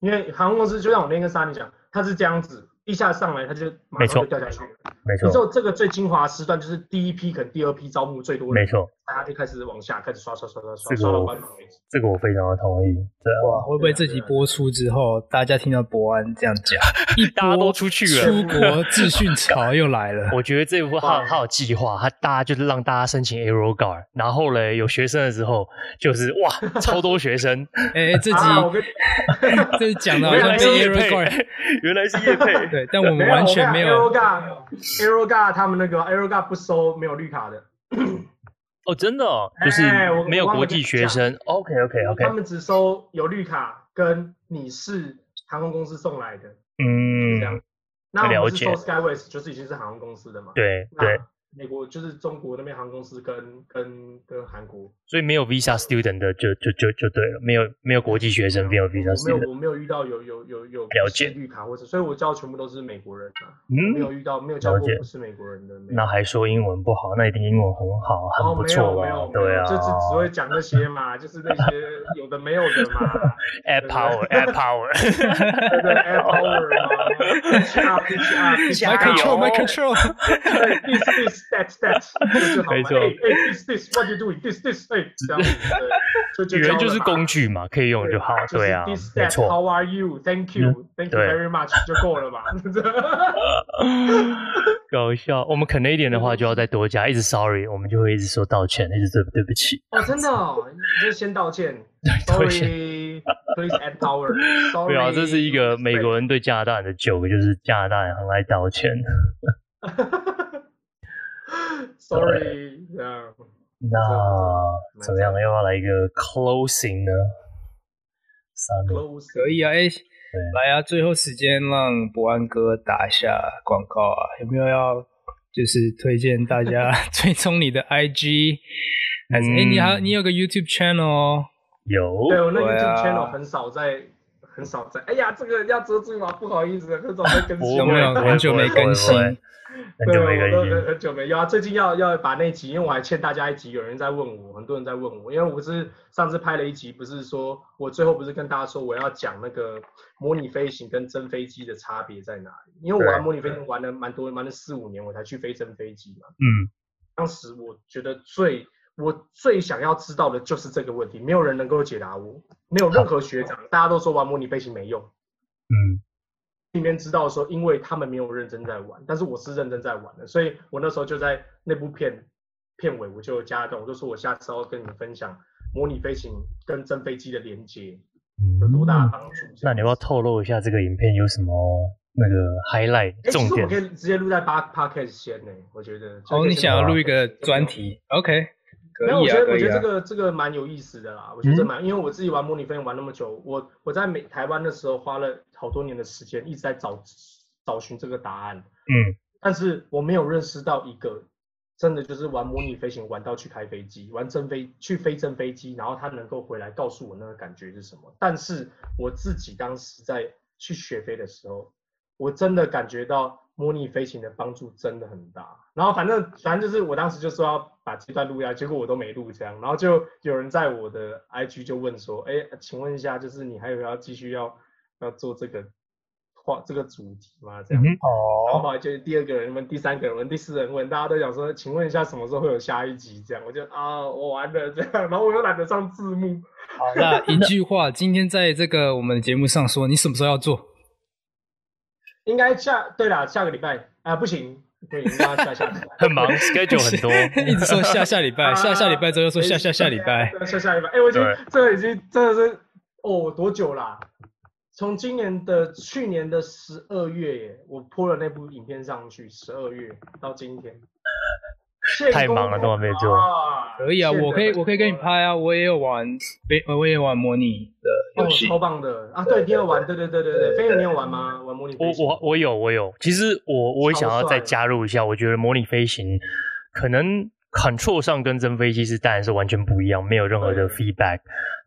E: 因为航空公司就像我那天跟莎莉讲，他是这样子，一下上来他就马
A: 没错
E: 上就掉下去了。
A: 没
E: 你只
A: 错，
E: 有这个最精华的时段，就是第一批跟第二批招募最多的，
A: 没，错，哦
E: 大家就开始往下开始刷刷刷刷
A: 这
E: 刷
A: 个
E: 刷到
A: 我
E: 关门为止。
A: 这个我非常的同意，对啊，
D: 哇，会不会这集播出之后，大家听到伯安这样讲， 一波
A: 大家都出去了
D: 出国自训潮又来了。
A: 我觉得这部号号计划，他大家就是让大家申请 Aero Guard，然后嘞有学生的时候，就是哇，超多学 生，
D: 哎、这集、
E: 啊，我跟
D: 这集讲的好
A: 原
D: 像
A: 来
D: 被
A: 是叶
D: Aaron
A: 配
D: Guard，，
A: 原来是叶配，
D: 对，但我们完全没有
E: a e r o g a a r o g a 他们那个 a e r o g a 不收没有绿卡的，
A: 哦，真的哦，就是
E: 哎我
A: 没有
E: 我忘了
A: 国
E: 跟
A: 际
E: 你
A: 学
E: 讲
A: 生，OK OK OK，
E: 他们只收有绿卡跟你是航空公司送来的，就这样
A: 嗯，。
E: 那我
A: 了
E: 们是
A: 解
E: 收 Skyways，就是已经是航空公司的嘛。
A: 对
E: 那
A: 对，
E: 美国就是中国那边航空公司跟跟跟韩国，
A: 所以没有 visa student 的就就就就对了，没有没有国际学生，没有 visa
E: 我没
A: student
E: 有。我没有遇到有有有有
A: 了解
E: 是绿卡或者，所以我教全部都是美国人啊，
A: 嗯
E: 没有遇到没有教
A: 了
E: 过
A: 解
E: 不是美国人的美国人。
A: 那还说英文不好，那一定英文很好，
E: 哦，
A: 很不
E: 没有
A: 错
E: 没
A: 啦
E: 有，，没
A: 对
E: 有
A: 啊。
E: 就只只会讲那些嘛，就是那些有的没有的嘛，
A: air power，air power，
E: 对不对，air power 嘛，pitch up，pitch
D: My
E: up，pitch up，
D: control, my control。
E: this this that that，就是好嘛
A: 没错
E: 哎哎，this this，what you doing？this this，哎，这样子，对，就
A: 语言
E: 教
A: 就
E: 了
A: 是
E: 嘛
A: 工具嘛，可以用就好，
E: 就是
A: 对啊
E: this，
A: 没
E: that，
A: 错。
E: ，How are you？Thank you，Thank you
A: 对
E: very much，就够了吧？
A: 搞笑，我们 Canadian 的话就要再多加，一直 sorry，我们就会一直说道歉，一直对对不起。
E: 哦，真的哦，你就先道歉
A: 道歉啊
E: ，Sorry，please add power，Sorry，
A: 对啊，这是一
E: 嗯
A: 个美国人对加拿大人的 joke，就是加拿大人很爱道歉。
E: Sorry，这呃样。
A: 那
E: 错
A: 怎么样？要不要来一个 closing 呢？三六
E: Close
D: 可以啊，哎、来啊，最后时间让博安哥打一下广告啊，有没有要就是推荐 大家追踪你的 IG，还是哎、你还
A: 嗯
D: 你有个 YouTube channel 哦，
E: 对
A: 有，
E: 我那
D: 对啊
E: YouTube channel 很少在，很少在。哎呀，这个要遮住吗？不好意思，很少在更新。
A: 不
D: 有
A: 会啊
D: 没有
A: 不会
D: 很久没更新
A: 不会不会很
E: 对，
A: 久
E: 我
A: 没更
E: 都
A: 新
E: 很。很久没有啊。最近要要把那集，因为我还欠大家一集，有人在问我，很多人在问我，因为我不是上次拍了一集，不是说我最后不是跟大家说我要讲那个模拟飞行跟真飞机的差别在哪里？因为我玩
A: 对
E: 模拟飞行玩了蛮多，玩了四五年，我才去飞真飞机嘛。
A: 嗯，
E: 当时我觉得最我最想要知道的就是这个问题，没有人能够解答我，没有任何学长，大家都说玩模拟飞行没用。
A: 嗯，
E: 里面知道说，因为他们没有认真在玩，但是我是认真在玩的，所以我那时候就在那部片片尾我就加了一段，我就说我下次要跟你们分享模拟飞行跟真飞机的连接有多大的帮助。
A: 嗯那你要不要透露一下这个影片有什么那个 highlight
E: 哎，其
A: 重
E: 实我
A: 点
E: 可？以直接录在八 podcast 先呢，我觉得。就
D: 哦，
E: 可以
D: 你
E: 先
D: 想要
E: 把
D: 录一个专题，OK，
E: 没有，
D: 可
E: 我
D: 以啊，嗯
E: 觉得
D: 可
E: 我觉
D: 以
E: 得这
D: 啊，
E: 个这个蛮有意思的啦，我觉得这蛮，因为我自己玩模拟飞行玩那么久，我我在美台湾的时候花了好多年的时间一直在找找寻这个答案，
A: 嗯，
E: 但是我没有认识到一个真的就是玩模拟飞行玩到去开飞机，玩真飞去飞真飞机，然后他能够回来告诉我那个感觉是什么。但是我自己当时在去学飞的时候，我真的感觉到模拟飞行的帮助真的很大。然后反正反正就是我当时就说要把这段录下来，结果我都没录这样。然后就有人在我的 IG 就问说：“哎，请问一下，就是你还有要继续要要做这个话这个主题吗？”这样。
A: 嗯
E: 然后
D: 哦，
E: 后来就是第二个人问，第三个人问，第四个人问，大家都想说，请问一下什么时候会有下一集？这样，我就啊，我完了这样，然后我又懒得上字幕，
D: 好，那一句话，今天在这个我们的节目上说，你什么时候要做？
E: 应该下对啦，下个礼拜啊、不行，对，应该要下下礼拜。
A: 很忙，schedule 很多。
D: 一直说下下礼拜，
E: 啊
D: 下下礼拜之后又说下下下礼拜，
E: 对下下礼拜，哎，我已经
A: 对
E: 这个已经真的是哦，多久啦、从今年的去年的十二月耶，我播了那部影片上去，十二月到今天，
A: 太忙了都还没做
E: 啊
D: 可以啊，
E: 欠得
D: 我可以我可以跟你
E: 多了
D: 拍啊，我也有玩，我我也玩模拟的
E: 哦
D: 游，戏。
E: 超棒的啊！对，你有玩，对对对对对，飞友你有玩吗？玩模拟
A: 我
E: 飞行
A: 我我有我有，其实我我也想要再加入一下，我觉得模拟飞行可能 control 上跟真飞机是当然是完全不一样，没有任何的
E: 对
A: feedback。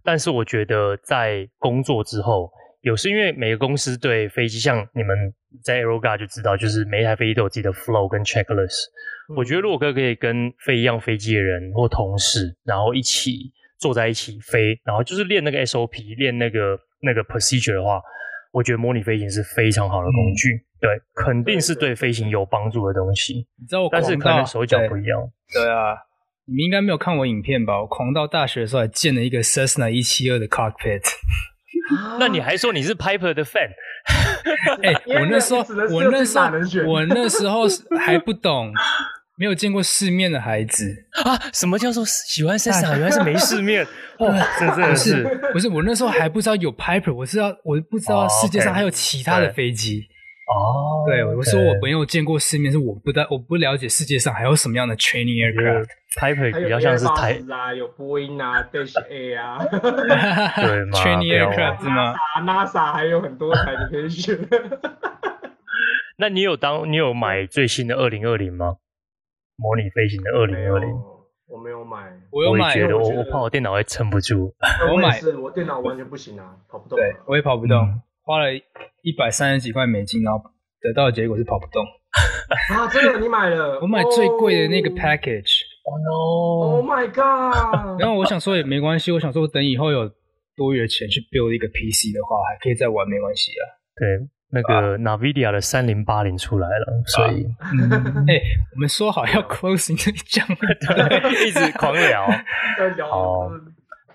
A: 但是我觉得在工作之后，有时因为每个公司对飞机，像你们在 AeroGuard 就知道，就是每一台飞机都有自己的 flow 跟 checklist。我
E: 嗯
A: 觉得如果可以跟飞一样飞机的人或同事，然后一起坐在一起飞，然后就是练那个 SOP，练那个那个 procedure 的话，我觉得模拟飞行是非常好的工具，对，肯定是嗯对飞行有帮助的东西。
D: 你知道我
A: 但
D: 狂到
A: 是可能手脚
D: 对
A: 不一样，
D: 对啊，你们应该没有看我影片吧？我狂到大学的时候还建了一个 Cessna 一七二的 cockpit。
A: 那你还说你是 Piper 的 fan？
D: 哎、
E: 啊因为
D: 我那时候
E: 只能，是
D: 我那时候
E: 只能选，
D: 我那时候是还不懂，没有见过世面的孩子。
A: 啊，什么叫做喜欢 Cessna？原来是没世面， 哇，这 真的
D: 不
A: 是
D: 是，不是，我那时候还不知道有 Piper，我知道，我不知道
A: 哦
D: 世界上
A: OK，
D: 还有其他的
A: 对
D: 飞机。
A: 哦，
D: 对，我说我没有见过世面，是我不知道，我不了解世界上还有什么样的 training
A: 觉得
D: aircraft。
E: 还
A: Piper
E: 有
A: 比较像是
E: Airbus
A: 台
E: 啊，有波音啊，Dash A 啊
A: 对嘛
D: training
A: 不要
D: aircraft 是吗？
E: ，NASA 还有很多台你可以选。
A: 那你有当你有买最新的二零二零吗？模拟飞行的二零
E: 没
A: 二
E: 有
A: 零，
E: 我没有买，
D: 我有
A: 也
D: 买，
A: 觉得
E: 我
A: 我
E: 觉
A: 我
E: 得
A: 怕我电脑会撑不住，
D: 我买
E: 也是我电脑完全不行啊，跑不动
D: 对
E: 啊。
D: 我也跑不动，
A: 嗯
D: 花了一百三十几块美金，然后得到的结果是跑不动。
E: 啊，真的你买了？
D: 我买最贵的那个
E: 哦
D: package，、
E: Oh my god！
D: 然后我想说也没关系，我想说等以后有多余的钱去 build 一个 PC 的话，还可以再玩，没关系啊。
A: 对，那个 NVIDIA 的三零八零出来了，所以
D: 嗯 哎、我们说好要 closing 这讲，
E: 啊
A: 一直狂聊。
E: 在聊
A: 好
D: 对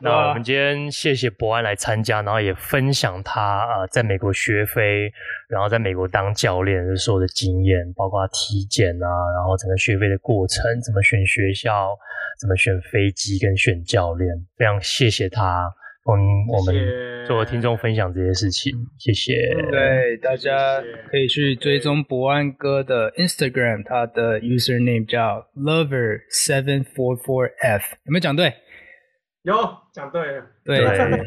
A: 那
D: 啊
A: 我们今天谢谢博安来参加，然后也分享他呃在美国学飞，然后在美国当教练的所有的经验，包括体检啊，然后整个学飞的过程，怎么选学校，怎么选飞机跟选教练，非常谢谢他跟我们
E: 谢
A: 作为听众分享这些事情，谢谢。
E: 嗯
D: 对，大家
E: 谢谢
D: 可以去追踪博安哥的 Instagram，他的 username 叫 lover seven four four f，有没有讲对？
E: 有讲对了。
D: 对，
A: 对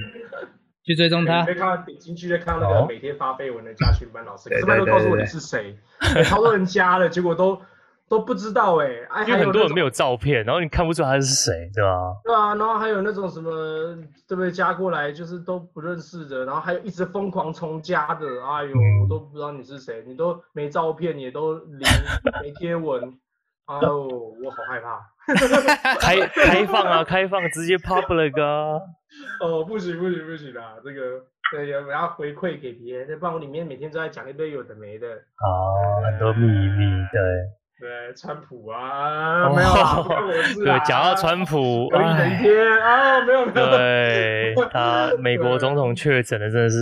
D: 去追踪他
E: 你可以。看到点进去，再看到那
A: 好
E: 个每天发绯闻的家训班老师，可是
D: 对
E: 班
D: 对
E: 都
D: 对
E: 告诉我
D: 对
E: 你是谁，有超多人加了，结果都都不知道哎、哎，
A: 因
E: 还
A: 为很多人没
E: 有
A: 有照片，然后你看不出他是谁，对吧？
E: 那种对啊，然后还有那种什么，对不对？加过来就是都不认识的，然后还有一直疯狂重加的，哎呦，
A: 嗯
E: 我都不知道你是谁，你都没照片，也都零没贴文，哎呦，我好害怕。
A: 开开放啊，开放，直接 public 啊。
E: 哦，不行不行不行啊，这个对，我要回馈给别人，不然我里面每天都在讲一堆有的没的。
A: 好，很多秘密，对
E: 对，川普啊，
A: 哦
E: 没有啊，不关 我事
A: 对
E: 啊。。
A: 讲到川 普，
E: 有一整
A: 哎，
E: 天啊，没有没有。
A: 对他美国总统确诊的真的是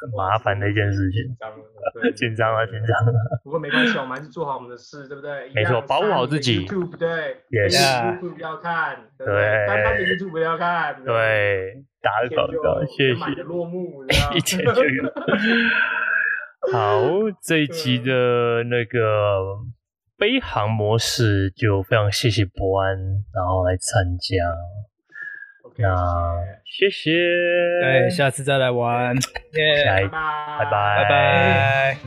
A: 很麻烦的一件事情
E: 紧，张了，对
A: 紧张了，紧。张了。
E: 不过没关系，我们还是做好我们的事，对不对？
A: 没错
E: 一样
A: 保护好自己
E: YouTube 对
A: Yes
E: ，YouTube 要看，对不对
A: 对
E: 单单的 YouTube 要看，，
A: 对，打个
E: 一天
A: 广
E: 就
A: 告，谢
E: 圆满地
A: 谢。
E: 落幕，你知道 吗
A: 一天就有。好，这一集的那个飞航模式就非常谢谢博安，然后来参加，
E: OK，
A: 那
E: 谢
A: 谢谢，
D: 对，下次再来玩，耶，
A: 下一
E: 谢，拜拜，
A: 拜
D: 拜拜。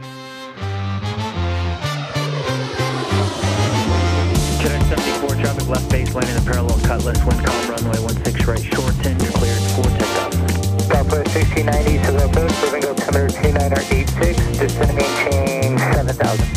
B: Cadet 74, traffic left base, landing the parallel cutlass, wind calm runway 16 right, short 10, you're cleared for takeoff. Southwest 1690 to the moving altimeter 2986, descending chain 7000.